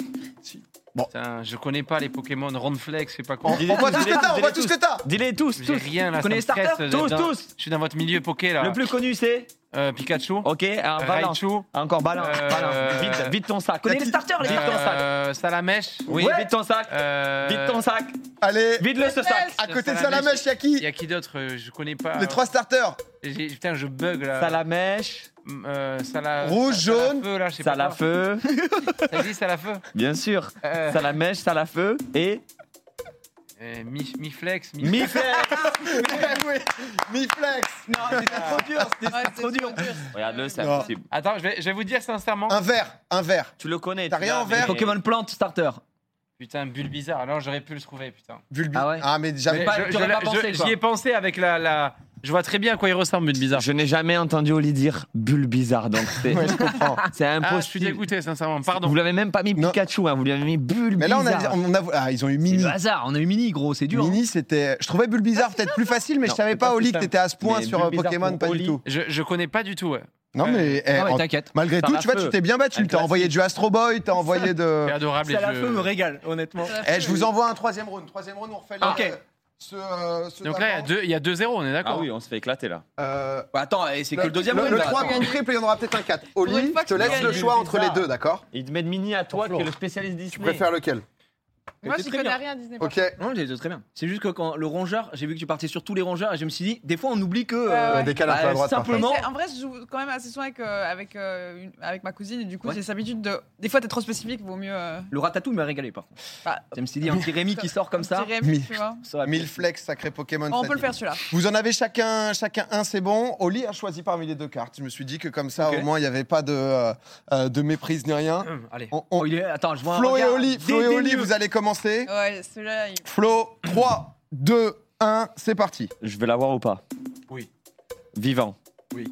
Speaker 5: Putain, je connais pas les Pokémon. Ronflex, c'est pas
Speaker 2: On,
Speaker 5: quoi.
Speaker 6: Dis-les
Speaker 2: on voit
Speaker 6: tous,
Speaker 2: tout ce
Speaker 6: dis-les
Speaker 2: que t'as,
Speaker 6: tous,
Speaker 2: on voit
Speaker 6: dis-les
Speaker 2: tout ce que t'as.
Speaker 6: Dis-les tous,
Speaker 5: J'ai
Speaker 6: tous.
Speaker 5: rien là.
Speaker 6: Vous connaissez les
Speaker 5: ça me stresse
Speaker 6: starters
Speaker 5: d'être
Speaker 6: Tous,
Speaker 5: dans-
Speaker 6: tous.
Speaker 5: Je suis dans votre milieu Poké là.
Speaker 6: Le plus connu, c'est.
Speaker 5: Euh, Pikachu.
Speaker 6: Ok, un balance.
Speaker 5: Raichu.
Speaker 6: Encore balance.
Speaker 5: Euh,
Speaker 6: balance. Vite, vite ton sac.
Speaker 1: Connais les starters, les
Speaker 6: Vite
Speaker 1: gars.
Speaker 6: ton sac.
Speaker 5: Euh, Salamèche.
Speaker 6: Oui,
Speaker 1: Ouais.
Speaker 6: vite ton sac.
Speaker 5: Euh,
Speaker 6: Vite ton sac.
Speaker 2: Allez,
Speaker 6: Vide le ce sac.
Speaker 2: à côté de
Speaker 5: Salamèche.
Speaker 2: Salamèche, y'a
Speaker 5: Il y
Speaker 2: qui
Speaker 5: a qui d'autre euh, Je connais pas.
Speaker 2: Les trois starters.
Speaker 5: J'ai- Putain, je bug là.
Speaker 6: Salamèche,
Speaker 5: Mm, euh, Sala.
Speaker 2: Rouge,
Speaker 5: Sala-
Speaker 2: jaune.
Speaker 5: Salafeu, là, je sais pas. quoi.
Speaker 6: Salafeu.
Speaker 5: Ça existe, Salafeu
Speaker 6: Bien sûr.
Speaker 5: Euh,
Speaker 6: Salamèche, Salafeu et
Speaker 5: euh, Mi- Miflex. Mi-
Speaker 6: Miflex.
Speaker 2: oui, Miflex.
Speaker 1: Non, c'était trop
Speaker 6: Ah.
Speaker 1: dur. C'était
Speaker 3: Ouais, c'est
Speaker 1: trop dur.
Speaker 6: Regarde-le, c'est
Speaker 2: Non.
Speaker 6: impossible.
Speaker 5: Attends, je vais, je vais vous dire sincèrement.
Speaker 2: Un verre, un verre.
Speaker 6: Tu le connais.
Speaker 2: T'as
Speaker 6: tu
Speaker 2: rien
Speaker 6: l'as,
Speaker 2: en vert
Speaker 6: mais-
Speaker 1: Pokémon plante starter.
Speaker 5: Putain, bulle bizarre. Alors j'aurais pu le trouver, putain.
Speaker 2: Vulbi.
Speaker 1: Ah ouais
Speaker 2: mais jamais.
Speaker 1: Mais- pas-
Speaker 5: Je-
Speaker 1: t'aurais
Speaker 5: je-
Speaker 1: pas pensé,
Speaker 5: je-
Speaker 1: quoi.
Speaker 5: J'y ai pensé avec la, la. Je vois très bien à quoi il ressemble, bulle bizarre.
Speaker 6: Je n'ai jamais entendu Oli dire bulle bizarre, donc c'est
Speaker 2: Ouais, je comprends.
Speaker 6: c'est impossible.
Speaker 5: Ah, je suis dégoûté, sincèrement. Pardon.
Speaker 6: Vous l'avez même pas mis
Speaker 2: Non.
Speaker 6: Pikachu, hein, vous lui avez mis bulle
Speaker 2: Mais là, on a,
Speaker 6: bizarre.
Speaker 2: on a- ah, ils ont eu
Speaker 1: C'est
Speaker 2: Mini.
Speaker 1: le hasard. On a eu mini, gros. C'est dur. hein.
Speaker 2: Mini, c'était. Je trouvais
Speaker 3: Ah,
Speaker 2: Bulbizarre peut-être plus facile, mais
Speaker 6: Non,
Speaker 2: je savais
Speaker 6: c'est
Speaker 2: pas,
Speaker 6: pas
Speaker 2: Oli,
Speaker 6: plus
Speaker 2: que
Speaker 6: simple.
Speaker 2: t'étais à ce point
Speaker 6: Mais
Speaker 2: sur euh,
Speaker 6: Bulbizarre
Speaker 2: Pokémon,
Speaker 6: pour
Speaker 2: pas du
Speaker 6: Oli.
Speaker 2: tout.
Speaker 5: Je, je connais pas du tout. ouais.
Speaker 2: Non, mais. eh,
Speaker 1: Ah ouais,
Speaker 2: en-
Speaker 1: t'inquiète.
Speaker 2: Malgré
Speaker 6: Ça
Speaker 2: tout,
Speaker 6: va
Speaker 2: tu vois,
Speaker 6: feu.
Speaker 2: tu t'es bien battu.
Speaker 6: Un
Speaker 2: T'as envoyé du Astro Boy, t'as envoyé de.
Speaker 5: C'est adorable. les
Speaker 1: Ça, la
Speaker 5: jeux.
Speaker 1: feu me régale, honnêtement.
Speaker 2: Eh, je vous envoie un troisième round. Troisième round, on refait le-
Speaker 1: Ok.
Speaker 2: ce, euh, ce
Speaker 5: Donc là, il y a
Speaker 2: d'avant.
Speaker 5: deux- il y a 2-0, on est d'accord
Speaker 6: Ah oui, on se fait éclater là.
Speaker 2: Euh,
Speaker 1: Bah, Attends, eh, c'est que
Speaker 2: le-
Speaker 1: le deuxième
Speaker 2: Le,
Speaker 1: round,
Speaker 2: le
Speaker 1: là,
Speaker 2: 3
Speaker 1: attends.
Speaker 2: contre triple, il y en aura peut-être un 4.
Speaker 3: Pour
Speaker 2: Oli,
Speaker 3: une fois
Speaker 2: je te
Speaker 3: qu'il
Speaker 2: laisse
Speaker 3: gagne,
Speaker 2: le
Speaker 3: il
Speaker 2: choix
Speaker 6: est
Speaker 2: entre les
Speaker 6: bizarre.
Speaker 2: deux, d'accord
Speaker 6: Ils te mettent mini à toi, qui
Speaker 5: Bonjour.
Speaker 6: est le spécialiste Disney.
Speaker 2: Tu préfères lequel
Speaker 3: Moi,
Speaker 1: C'est
Speaker 3: je
Speaker 1: très
Speaker 3: connais
Speaker 1: bien.
Speaker 3: rien à Disney. par
Speaker 2: Ok.
Speaker 1: Non, j'ai très bien. C'est juste que quand le rongeur, j'ai vu que tu partais sur tous les rongeurs et je me suis dit, des fois on oublie que. euh, bah,
Speaker 3: Ouais, ouais.
Speaker 2: Décale un peu à droite, parfait.
Speaker 3: Mais
Speaker 1: Simplement.
Speaker 3: c'est- En vrai, je joue quand même assez souvent avec, euh, avec, euh, une- avec ma cousine et du coup,
Speaker 1: Ouais.
Speaker 3: j'ai cette habitude de. Des fois, t'es trop spécifique, vaut mieux. euh,
Speaker 1: Le ratatouille m'a régalé par contre.
Speaker 3: Bah,
Speaker 1: Je me suis dit, un petit Rémi qui sort comme ça.
Speaker 3: tirer,
Speaker 2: Mais-
Speaker 3: tu vois.
Speaker 1: ça va
Speaker 2: Bah, Mille flex, sacré Pokémon.
Speaker 3: On
Speaker 2: ça
Speaker 3: peut le
Speaker 2: dit.
Speaker 3: faire celui-là.
Speaker 2: Vous en avez chacun, chacun un, c'est bon. Oli a choisi parmi les deux cartes. Je me suis dit que comme ça,
Speaker 1: Ok.
Speaker 2: au moins, il n'y avait pas de, euh, euh, de méprise ni rien.
Speaker 5: Hum, Allez.
Speaker 2: On- on-
Speaker 1: Oh, il est... Attends, je vois un
Speaker 2: Flo et
Speaker 1: regard
Speaker 2: Oli, Flo et Oli,
Speaker 1: dédaigneux.
Speaker 2: vous allez commencer.
Speaker 3: Ouais, celui-là, il-
Speaker 2: Flo, 3, 2, 1, c'est parti.
Speaker 6: Je vais l'avoir ou pas
Speaker 5: Oui.
Speaker 6: Vivant
Speaker 5: Oui.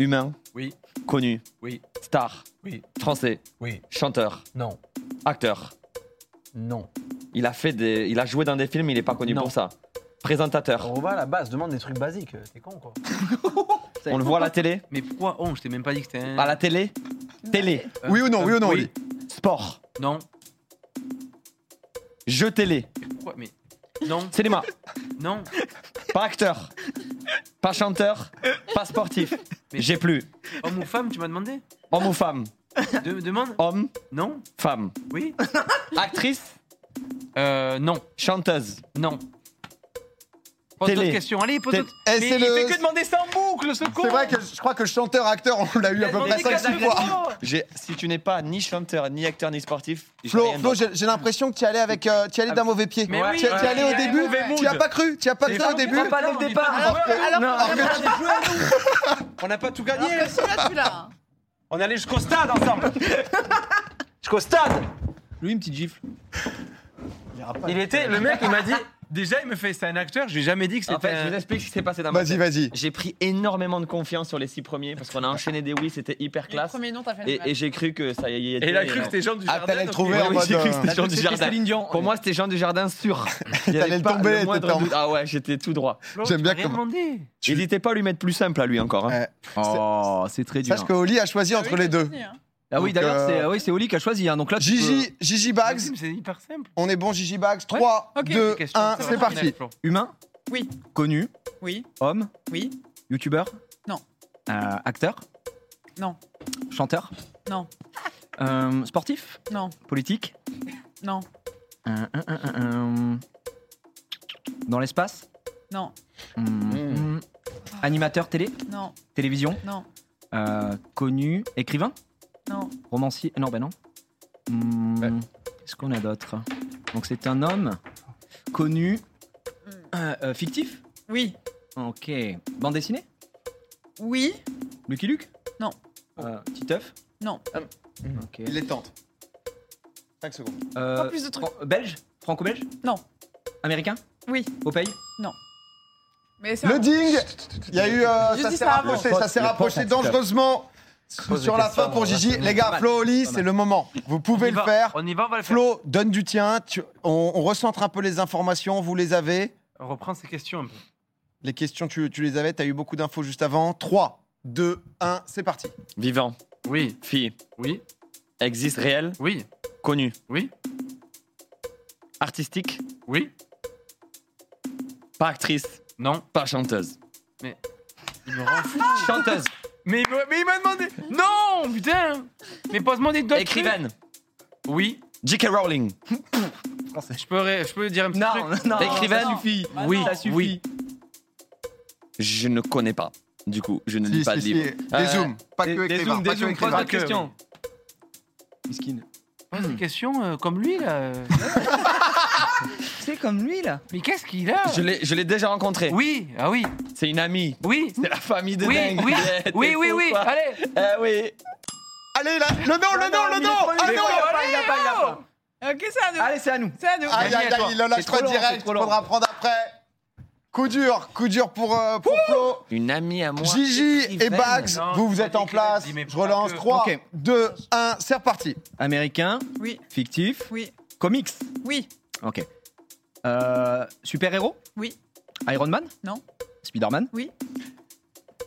Speaker 6: Humain
Speaker 5: Oui.
Speaker 6: Connu
Speaker 5: Oui.
Speaker 6: Star
Speaker 4: Oui.
Speaker 6: Français
Speaker 4: Oui.
Speaker 6: Chanteur
Speaker 4: Non.
Speaker 6: Acteur
Speaker 4: Non.
Speaker 6: Il a, fait des... il a joué dans des films, il est pas connu
Speaker 4: Non.
Speaker 6: pour ça. Présentateur
Speaker 4: On va à la base, demande des trucs basiques. euh, T'es con quoi.
Speaker 1: Ça y est.
Speaker 6: On le voit à la télé
Speaker 5: Mais pourquoi Oh, je t'ai même pas dit que c'était un.
Speaker 6: À la télé Télé
Speaker 5: Euh,
Speaker 2: Oui ou non, oui ou non,
Speaker 5: euh,
Speaker 2: Oli
Speaker 6: Sport
Speaker 5: Non.
Speaker 6: Jeu télé
Speaker 5: Pourquoi Mais. Non,
Speaker 6: Cinéma
Speaker 5: non.
Speaker 6: Pas acteur Pas chanteur Pas sportif
Speaker 5: Mais-
Speaker 6: J'ai plus
Speaker 5: Homme ou femme, tu m'as demandé
Speaker 6: Homme ou femme
Speaker 5: De- Demande
Speaker 6: Homme
Speaker 5: Non
Speaker 6: Femme
Speaker 5: Oui
Speaker 6: Actrice
Speaker 5: Euh, non.
Speaker 6: Chanteuse
Speaker 5: Non. Pose
Speaker 6: Télé.
Speaker 5: d'autres questions. Allez, pose
Speaker 6: Té-
Speaker 5: d'autres.
Speaker 2: Eh,
Speaker 5: Mais
Speaker 2: c'est
Speaker 5: il
Speaker 2: le-
Speaker 5: fait que demander ça en boucle, ce con
Speaker 2: C'est vrai que je crois que chanteur-acteur, on l'a eu
Speaker 5: Il
Speaker 2: à
Speaker 5: a
Speaker 2: peu près
Speaker 5: demandé
Speaker 2: 5-6
Speaker 5: quatre
Speaker 2: fois.
Speaker 5: fois.
Speaker 6: J'ai- Si tu n'es pas ni chanteur, ni acteur, ni sportif, j'ai
Speaker 2: Flo,
Speaker 6: rien
Speaker 2: Flo,
Speaker 6: d'autre.
Speaker 2: j'ai j'ai l'impression que tu y allais avec, euh, tu y allais d'un mauvais pied.
Speaker 5: Mais Ah oui,
Speaker 2: tu y- tu y
Speaker 5: ouais.
Speaker 2: allais au
Speaker 5: Ouais,
Speaker 2: début,
Speaker 5: mauvais
Speaker 2: tu y as
Speaker 5: mood.
Speaker 2: pas cru, tu y as pas cru au début.
Speaker 1: pas dès le départ.
Speaker 2: Alors que-
Speaker 1: Non,
Speaker 2: alors que-
Speaker 5: On n'a pas tout gagné.
Speaker 3: Alors que Celui-là, celui-là. hein.
Speaker 4: On est allé jusqu'au stade ensemble. jusqu'au stade.
Speaker 1: Lui, une petite gifle.
Speaker 5: Il était, le mec, il m'a dit. Déjà, il me fait, c'est un acteur. Je lui ai jamais dit que
Speaker 6: En
Speaker 5: c'était.
Speaker 6: fait, je vous
Speaker 5: un...
Speaker 6: explique ce qui s'est passé dans ma
Speaker 2: Vas-y,
Speaker 6: tête.
Speaker 2: vas-y.
Speaker 6: J'ai pris énormément de confiance sur les six premiers parce qu'on a enchaîné des oui, c'était hyper
Speaker 3: Le
Speaker 6: classe.
Speaker 3: premier nom, t'as fait le
Speaker 6: Et, et j'ai cru que ça y était.
Speaker 5: Et il a cru
Speaker 6: non.
Speaker 5: que c'était Jean du
Speaker 2: Ah,
Speaker 5: Jardin.
Speaker 2: t'allais le
Speaker 5: donc-
Speaker 2: trouver
Speaker 6: Ouais,
Speaker 2: en
Speaker 6: oui,
Speaker 2: mode.
Speaker 6: j'ai cru que
Speaker 2: euh,
Speaker 6: c'était Jean du
Speaker 1: C'était
Speaker 6: Jardin.
Speaker 1: Céline Dion.
Speaker 6: Pour moi, c'était Jean du Jardin sûr. Il y avait
Speaker 2: T'allais le
Speaker 6: pas
Speaker 2: tomber, t'étais
Speaker 6: moindre
Speaker 2: en-
Speaker 6: doute. Ah ouais, j'étais tout droit.
Speaker 5: Flo,
Speaker 2: J'aime
Speaker 5: tu
Speaker 2: bien
Speaker 5: m'as rien
Speaker 2: comment-
Speaker 5: demandé.
Speaker 2: Tu-
Speaker 6: J'hésitais pas à lui mettre plus simple à lui encore. hein.
Speaker 2: Ouais.
Speaker 1: Oh, c'est très dur.
Speaker 2: Sache
Speaker 5: hein.
Speaker 2: que Oli a choisi entre les deux.
Speaker 3: hein.
Speaker 1: Ah oui,
Speaker 2: Donc,
Speaker 1: d'ailleurs,
Speaker 2: euh,
Speaker 1: c'est ah oui, c'est Oli qui a choisi. hein, Donc là, tu
Speaker 2: Gigi, Gigi Bags,
Speaker 5: Maxime, C'est hyper simple.
Speaker 2: on est bon, Gigi Bags. 3,
Speaker 3: Ok.
Speaker 2: 2,
Speaker 5: Question,
Speaker 2: 1,
Speaker 5: ça va,
Speaker 2: c'est parti.
Speaker 5: Flo.
Speaker 1: peux- Humain
Speaker 3: Oui.
Speaker 1: Connu
Speaker 3: Oui,
Speaker 1: Homme
Speaker 3: oui.
Speaker 1: Youtubeur
Speaker 3: Non.
Speaker 1: Euh, acteur
Speaker 3: Non.
Speaker 1: Chanteur
Speaker 3: Non.
Speaker 1: Euh, sportif
Speaker 3: Non.
Speaker 1: Politique
Speaker 3: Non.
Speaker 1: Euh, euh, euh, euh, Dans l'espace
Speaker 3: Non.
Speaker 1: Hum, hum. Animateur télé
Speaker 3: Non,
Speaker 1: Télévision
Speaker 3: non,
Speaker 1: Euh, Connu Écrivain
Speaker 3: non.
Speaker 1: Romancier Non, ben non. Hum,
Speaker 2: Ouais.
Speaker 1: Qu'est-ce qu'on a d'autre Donc c'est un homme connu,
Speaker 3: Hmm.
Speaker 1: euh, euh, fictif
Speaker 3: Oui,
Speaker 1: Ok. Bande dessinée
Speaker 3: oui.
Speaker 1: Lucky Luke
Speaker 3: Non.
Speaker 1: Euh, Titeuf Ah
Speaker 3: Non.
Speaker 1: Ok.
Speaker 2: Il les tente. 5 secondes.
Speaker 1: Euh,
Speaker 3: Pas plus de trucs.
Speaker 1: Fran- Belge Franco-belge
Speaker 3: Non.
Speaker 1: Américain
Speaker 3: Oui.
Speaker 1: Au pays
Speaker 3: Mais c'est
Speaker 2: Le
Speaker 3: un-
Speaker 2: ding Il y a eu. euh,
Speaker 3: Juste
Speaker 2: ça
Speaker 3: dis
Speaker 2: s'est
Speaker 3: ça avant.
Speaker 2: rapproché, ça s'est
Speaker 6: Le pote,
Speaker 2: rapproché
Speaker 6: le pote,
Speaker 2: dangereusement
Speaker 4: Pose
Speaker 2: sur
Speaker 4: des
Speaker 2: la
Speaker 4: questions,
Speaker 2: fin pour
Speaker 4: on va
Speaker 2: Gigi.
Speaker 4: se
Speaker 2: Les gars,
Speaker 1: mal.
Speaker 2: Flo, Oli,
Speaker 1: Pas
Speaker 2: c'est
Speaker 1: mal.
Speaker 2: le moment. Vous pouvez
Speaker 5: On y
Speaker 2: le
Speaker 5: va,
Speaker 2: faire.
Speaker 5: On y va, on va le faire.
Speaker 2: Flo, donne du tien. Tu- on, on recentre un peu les informations, vous les avez.
Speaker 5: On reprend ses questions un peu.
Speaker 2: Les questions, tu, tu les avais, tu as eu beaucoup d'infos juste avant. 3, 2, 1, c'est parti.
Speaker 6: Vivant,
Speaker 5: Oui,
Speaker 6: fille,
Speaker 5: oui,
Speaker 6: existe réel,
Speaker 5: oui,
Speaker 6: connu,
Speaker 5: oui,
Speaker 6: artistique,
Speaker 5: oui,
Speaker 6: pas actrice,
Speaker 5: non.
Speaker 6: pas chanteuse.
Speaker 5: Il me rend
Speaker 3: Ah.
Speaker 5: fou.
Speaker 6: Chanteuse,
Speaker 5: Mais, il me- mais il m'a demandé. Non, putain. Mais pose-moi des d'autres. trucs.
Speaker 6: écrivaine,
Speaker 5: Oui.
Speaker 6: J.K. Rowling,
Speaker 5: Je peux, ré- je peux dire un petit
Speaker 1: Non,
Speaker 5: truc.
Speaker 1: non,
Speaker 6: Écrivaine
Speaker 1: ça suffit.
Speaker 3: Bah
Speaker 5: oui,
Speaker 3: non.
Speaker 1: Ça suffit.
Speaker 5: oui.
Speaker 6: je ne connais pas. Du coup, je ne
Speaker 2: Si,
Speaker 6: lis pas
Speaker 2: si,
Speaker 6: de
Speaker 2: si.
Speaker 6: livre.
Speaker 2: Des
Speaker 6: Euh,
Speaker 2: zooms, pas que
Speaker 1: Des- des
Speaker 2: écrivain,
Speaker 1: zooms,
Speaker 2: pas
Speaker 1: des
Speaker 2: que
Speaker 1: zooms, pose
Speaker 2: écrivain.
Speaker 1: la
Speaker 5: que-
Speaker 1: question. Miskin.
Speaker 5: Pose des questions euh, comme lui là.
Speaker 1: C'est comme lui là.
Speaker 5: Mais qu'est-ce qu'il a
Speaker 6: Je l'ai je l'ai déjà rencontré.
Speaker 5: Oui, ah oui,
Speaker 6: C'est une amie.
Speaker 5: oui.
Speaker 6: C'est la famille de
Speaker 5: Oui,
Speaker 6: dingue.
Speaker 5: oui,
Speaker 6: Eh, t'es
Speaker 5: oui, oui,
Speaker 6: fou,
Speaker 5: oui,
Speaker 6: quoi.
Speaker 5: allez
Speaker 6: Eh oui.
Speaker 2: Allez, là, le nom,
Speaker 1: Oh,
Speaker 2: le nom, le nom Ah
Speaker 1: Mais
Speaker 2: non
Speaker 1: quoi, il a pas, il a pas, il a pas.
Speaker 3: Ok, c'est à nous.
Speaker 1: Allez, c'est à nous.
Speaker 3: C'est à nous.
Speaker 2: Aïe, aïe, aïe, il en
Speaker 1: C'est
Speaker 2: lâche
Speaker 1: trop
Speaker 2: pas
Speaker 1: lent, c'est
Speaker 2: direct,
Speaker 1: trop lent.
Speaker 2: faudra prendre après. Coup dur, coup dur pour, euh, pour Flo.
Speaker 6: Une amie à moi.
Speaker 2: Gigi et
Speaker 6: écrivaine.
Speaker 2: Bags,
Speaker 5: Non,
Speaker 2: vous vous
Speaker 5: pas
Speaker 2: êtes en
Speaker 5: d'écrivaine,
Speaker 2: place.
Speaker 5: dis, mais
Speaker 2: Je
Speaker 5: pas
Speaker 2: relance.
Speaker 5: que.
Speaker 2: 3,
Speaker 1: Ok.
Speaker 2: 2, 1, c'est reparti.
Speaker 1: Américain,
Speaker 3: Oui,
Speaker 1: fictif,
Speaker 3: oui,
Speaker 1: comics.
Speaker 3: oui,
Speaker 1: Ok. Euh, Super-héros
Speaker 3: Oui.
Speaker 1: Iron Man
Speaker 3: Non.
Speaker 1: Spider-Man
Speaker 3: oui.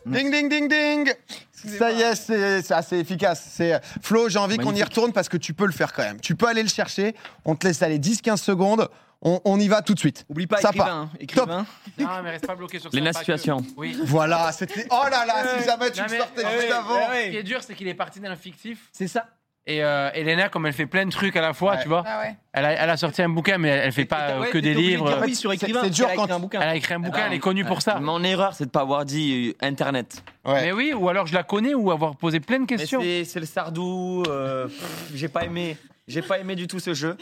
Speaker 1: Mm.
Speaker 2: Ding, ding, ding, ding Ça
Speaker 3: Excusez-moi.
Speaker 2: y est, c'est c'est assez efficace. C'est Flo, j'ai envie qu'on y
Speaker 1: Magnifique.
Speaker 2: retourne parce que tu peux le faire quand même. Tu peux aller le chercher. On te laisse aller 10-15 secondes. On, on y va tout de suite.
Speaker 1: Oublie pas,
Speaker 2: Ça
Speaker 1: écrivain. hein, écrivain.
Speaker 5: Non, mais reste pas bloqué sur ça.
Speaker 6: Léna
Speaker 5: pas que-
Speaker 6: Situation.
Speaker 5: Oui.
Speaker 2: Voilà, c'était. Oh là là,
Speaker 5: Euh,
Speaker 2: si jamais tu
Speaker 5: non,
Speaker 2: me
Speaker 5: mais-
Speaker 2: sortais
Speaker 5: euh,
Speaker 2: juste
Speaker 5: oui,
Speaker 2: avant.
Speaker 5: Ce qui est dur, c'est qu'il est parti d'un fictif
Speaker 1: Eh C'est ça.
Speaker 5: Et euh, Elena, comme elle fait plein de trucs à la fois,
Speaker 2: Ouais.
Speaker 5: tu vois,
Speaker 3: Ah ouais.
Speaker 5: elle a, elle a sorti un bouquin, mais elle, elle fait pas euh,
Speaker 1: Ouais,
Speaker 5: que
Speaker 1: t'es
Speaker 5: des
Speaker 1: obligé de dire
Speaker 5: livres.
Speaker 1: oui sur écrivain.
Speaker 2: c'est
Speaker 1: parce
Speaker 2: dur
Speaker 1: qu'elle a
Speaker 2: quand-
Speaker 1: écrit un bouquin.
Speaker 5: Elle a écrit un bouquin, elle est connue pour ça.
Speaker 6: Mon erreur, c'est de pas avoir dit euh, Internet.
Speaker 2: Ouais.
Speaker 5: Mais oui, ou alors je la connais, ou avoir posé plein de
Speaker 4: Mais
Speaker 5: questions.
Speaker 4: c'est- c'est le Sardou. euh, pff, j'ai pas aimé. J'ai pas aimé du tout ce jeu.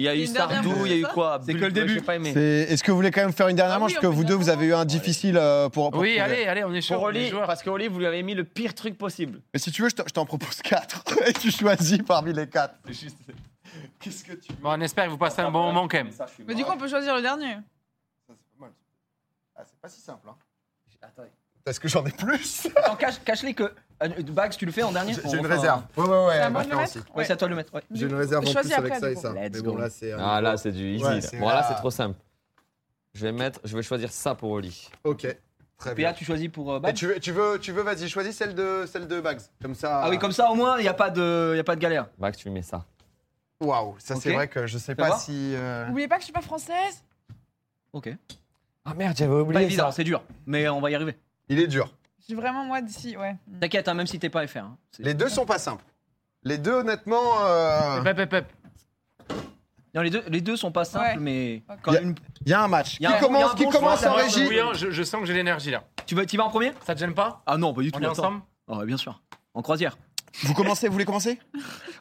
Speaker 4: Il y a eu
Speaker 3: Une dernière
Speaker 4: Sardou, il y a eu
Speaker 3: fois,
Speaker 4: quoi Bulle,
Speaker 1: C'est que
Speaker 4: ouais,
Speaker 1: le début.
Speaker 4: J'ai pas aimé.
Speaker 2: C'est- Est-ce que vous voulez quand même faire une dernière
Speaker 3: Ah
Speaker 2: manche
Speaker 3: oui,
Speaker 2: Parce que
Speaker 3: on peut
Speaker 2: vous deux,
Speaker 3: faire
Speaker 2: vous avez eu un difficile euh, pour. pour
Speaker 5: Oui,
Speaker 2: trouver.
Speaker 5: allez, allez, on est chaud.
Speaker 4: Pour
Speaker 5: on est
Speaker 4: Oli,
Speaker 5: joueurs.
Speaker 4: parce que Oli, vous lui avez mis le pire truc possible.
Speaker 2: Mais si tu veux, je t'en- je t'en propose quatre. Et tu choisis parmi les quatre. C'est juste. Qu'est-ce que tu.
Speaker 5: Bon, on espère que vous passez un bon moment quand même.
Speaker 3: Mais du coup, on peut choisir le dernier.
Speaker 2: Ça, c'est pas mal. Ah, c'est pas si simple. Hein. Est-ce que j'en ai plus
Speaker 1: Attends, cache- cache-les que. euh, Bags, tu le fais en dernier on
Speaker 2: J'ai une
Speaker 1: refait un-
Speaker 2: réserve. hein. Ouais, ouais, ouais.
Speaker 3: C'est à
Speaker 2: on
Speaker 3: moi
Speaker 2: va
Speaker 3: de
Speaker 2: faire
Speaker 3: le
Speaker 2: aussi.
Speaker 3: mettre
Speaker 1: euh, Ouais, c'est à toi de le mettre. ouais.
Speaker 2: J'ai une réserve en
Speaker 3: Choisis
Speaker 2: plus avec
Speaker 3: après,
Speaker 2: ça et
Speaker 3: du
Speaker 2: ça.
Speaker 3: coup.
Speaker 1: Let's
Speaker 2: Mais bon,
Speaker 1: go.
Speaker 2: là, c'est. euh,
Speaker 6: Ah là, c'est du easy.
Speaker 2: Ouais,
Speaker 6: là.
Speaker 2: c'est-
Speaker 6: bon, là,
Speaker 2: ah.
Speaker 6: c'est trop simple. Je vais mettre, je vais choisir ça pour Oli.
Speaker 2: Ok. Très
Speaker 1: PA,
Speaker 2: bien.
Speaker 1: tu choisis pour euh,
Speaker 2: Et
Speaker 1: Bags
Speaker 2: tu veux, tu veux, tu veux vas-y, choisis celle de, celle de Bags. Comme ça.
Speaker 1: Ah oui, comme ça au moins, il n'y a, pas de y a pas de galère.
Speaker 6: Max, tu lui mets ça.
Speaker 2: Waouh, ça c'est
Speaker 1: Ok.
Speaker 2: vrai que je sais
Speaker 1: Ça va
Speaker 2: pas si. euh,
Speaker 3: Oubliez pas que je suis pas française.
Speaker 1: Ok.
Speaker 6: Ah merde, j'avais oublié
Speaker 1: Pas évident, c'est dur, mais on va y arriver.
Speaker 2: Il est dur.
Speaker 3: J'ai vraiment moi d'ici, ouais.
Speaker 1: T'inquiète, hein, même si t'es pas FR. hein. C'est-
Speaker 2: Les deux sont pas simples. Les deux, honnêtement. euh,
Speaker 5: Pep, pep, pep.
Speaker 1: Non, les deux, les deux sont pas simples,
Speaker 3: Ouais.
Speaker 1: mais
Speaker 3: Ok.
Speaker 1: quand
Speaker 2: Y a-
Speaker 1: une-
Speaker 2: Il y a un match.
Speaker 1: Il y a un
Speaker 2: qui
Speaker 1: bon- il y a
Speaker 2: commence,
Speaker 1: un
Speaker 2: qui
Speaker 1: bon
Speaker 2: commence
Speaker 1: choix,
Speaker 2: en
Speaker 1: ça va,
Speaker 2: régie
Speaker 5: Oui, hein, je, je sens que j'ai l'énergie là.
Speaker 1: tu vas, tu vas en premier
Speaker 5: Ça te gêne pas
Speaker 1: Ah non, pas du tout.
Speaker 5: On est
Speaker 1: attends.
Speaker 5: ensemble
Speaker 1: Ah, bien sûr, en croisière.
Speaker 2: Vous commencez, vous voulez commencer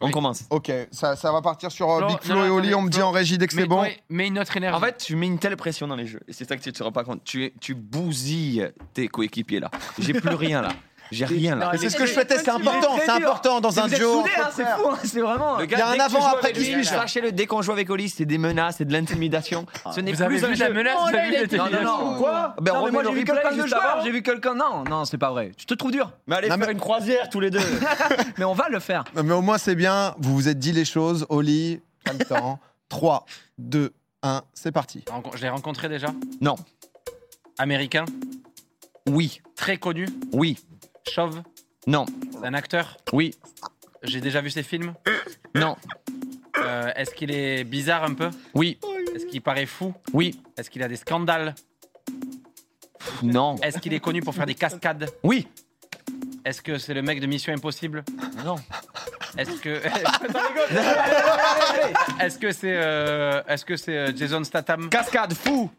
Speaker 6: On commence.
Speaker 2: Ok, ça, ça va partir sur euh,
Speaker 5: Flo,
Speaker 2: Big
Speaker 5: non,
Speaker 2: Flo et
Speaker 5: non,
Speaker 2: Oli.
Speaker 5: attendez,
Speaker 2: On me dit
Speaker 5: Flo,
Speaker 2: en régie dès que c'est
Speaker 5: Mets-
Speaker 2: bon.
Speaker 5: ouais, Mets une autre énergie.
Speaker 6: En fait, tu mets une telle pression dans les jeux. Et c'est ça que tu te rends pas compte. Tu, es- tu bousilles tes coéquipiers là. J'ai plus rien là. J'ai rien là.
Speaker 2: Mais c'est
Speaker 1: Il
Speaker 2: ce
Speaker 1: est-
Speaker 2: que je souhaitais, c'est important,
Speaker 1: il est
Speaker 2: c'est
Speaker 1: très dur.
Speaker 2: important dans
Speaker 1: Vous
Speaker 2: un
Speaker 1: êtes
Speaker 2: duo.
Speaker 1: soudés,
Speaker 2: entre
Speaker 1: hein, c'est
Speaker 2: frères.
Speaker 1: fou, hein, c'est vraiment.
Speaker 2: y a un
Speaker 6: dès que tu
Speaker 2: avant,
Speaker 6: joues
Speaker 2: après
Speaker 6: avec
Speaker 2: qui
Speaker 6: lui,
Speaker 2: suis-je, là
Speaker 6: Sachez-le, dès qu'on joue avec Oli, c'est des menaces, c'est de l'intimidation.
Speaker 2: Ah.
Speaker 6: Ce n'est
Speaker 5: Vous avez
Speaker 6: plus un
Speaker 5: vu la
Speaker 6: jeu.
Speaker 5: menace vous avez
Speaker 6: Oh,
Speaker 5: vu la
Speaker 6: Non, non, non.
Speaker 5: télévision
Speaker 6: Quoi
Speaker 2: Bah,
Speaker 6: Ben,
Speaker 1: Non, mais
Speaker 6: remet
Speaker 1: moi
Speaker 6: le
Speaker 1: j'ai vu
Speaker 6: replay
Speaker 1: quelqu'un
Speaker 6: juste
Speaker 1: juste avant,
Speaker 6: avant.
Speaker 1: j'ai vu quelqu'un. Non, non, c'est pas vrai. Tu te trouves dur,
Speaker 6: Mais allez
Speaker 2: Non,
Speaker 6: faire
Speaker 2: mais-
Speaker 6: une croisière tous les deux.
Speaker 1: mais on va le faire.
Speaker 2: Non, Mais au moins, c'est bien, vous vous êtes dit les choses. Oli, pas le temps. 3, 2, 1, c'est parti.
Speaker 5: Renco- Je l'ai rencontré déjà
Speaker 6: Non.
Speaker 5: Américain,
Speaker 6: Oui,
Speaker 5: très connu,
Speaker 6: oui,
Speaker 5: chauve,
Speaker 6: non,
Speaker 5: c'est un acteur.
Speaker 6: oui,
Speaker 5: J'ai déjà vu ses films.
Speaker 6: non,
Speaker 5: Euh, Est-ce qu'il est bizarre un peu
Speaker 6: oui,
Speaker 5: Est-ce qu'il paraît fou
Speaker 6: oui,
Speaker 5: Est-ce qu'il a des scandales
Speaker 6: pff, non,
Speaker 5: Est-ce qu'il est connu pour faire des cascades
Speaker 6: oui,
Speaker 5: Est-ce que c'est le mec de Mission Impossible
Speaker 6: non,
Speaker 5: Est-ce que Est-ce que c'est euh, Est-ce que c'est euh, Jason Statham
Speaker 6: cascade fou,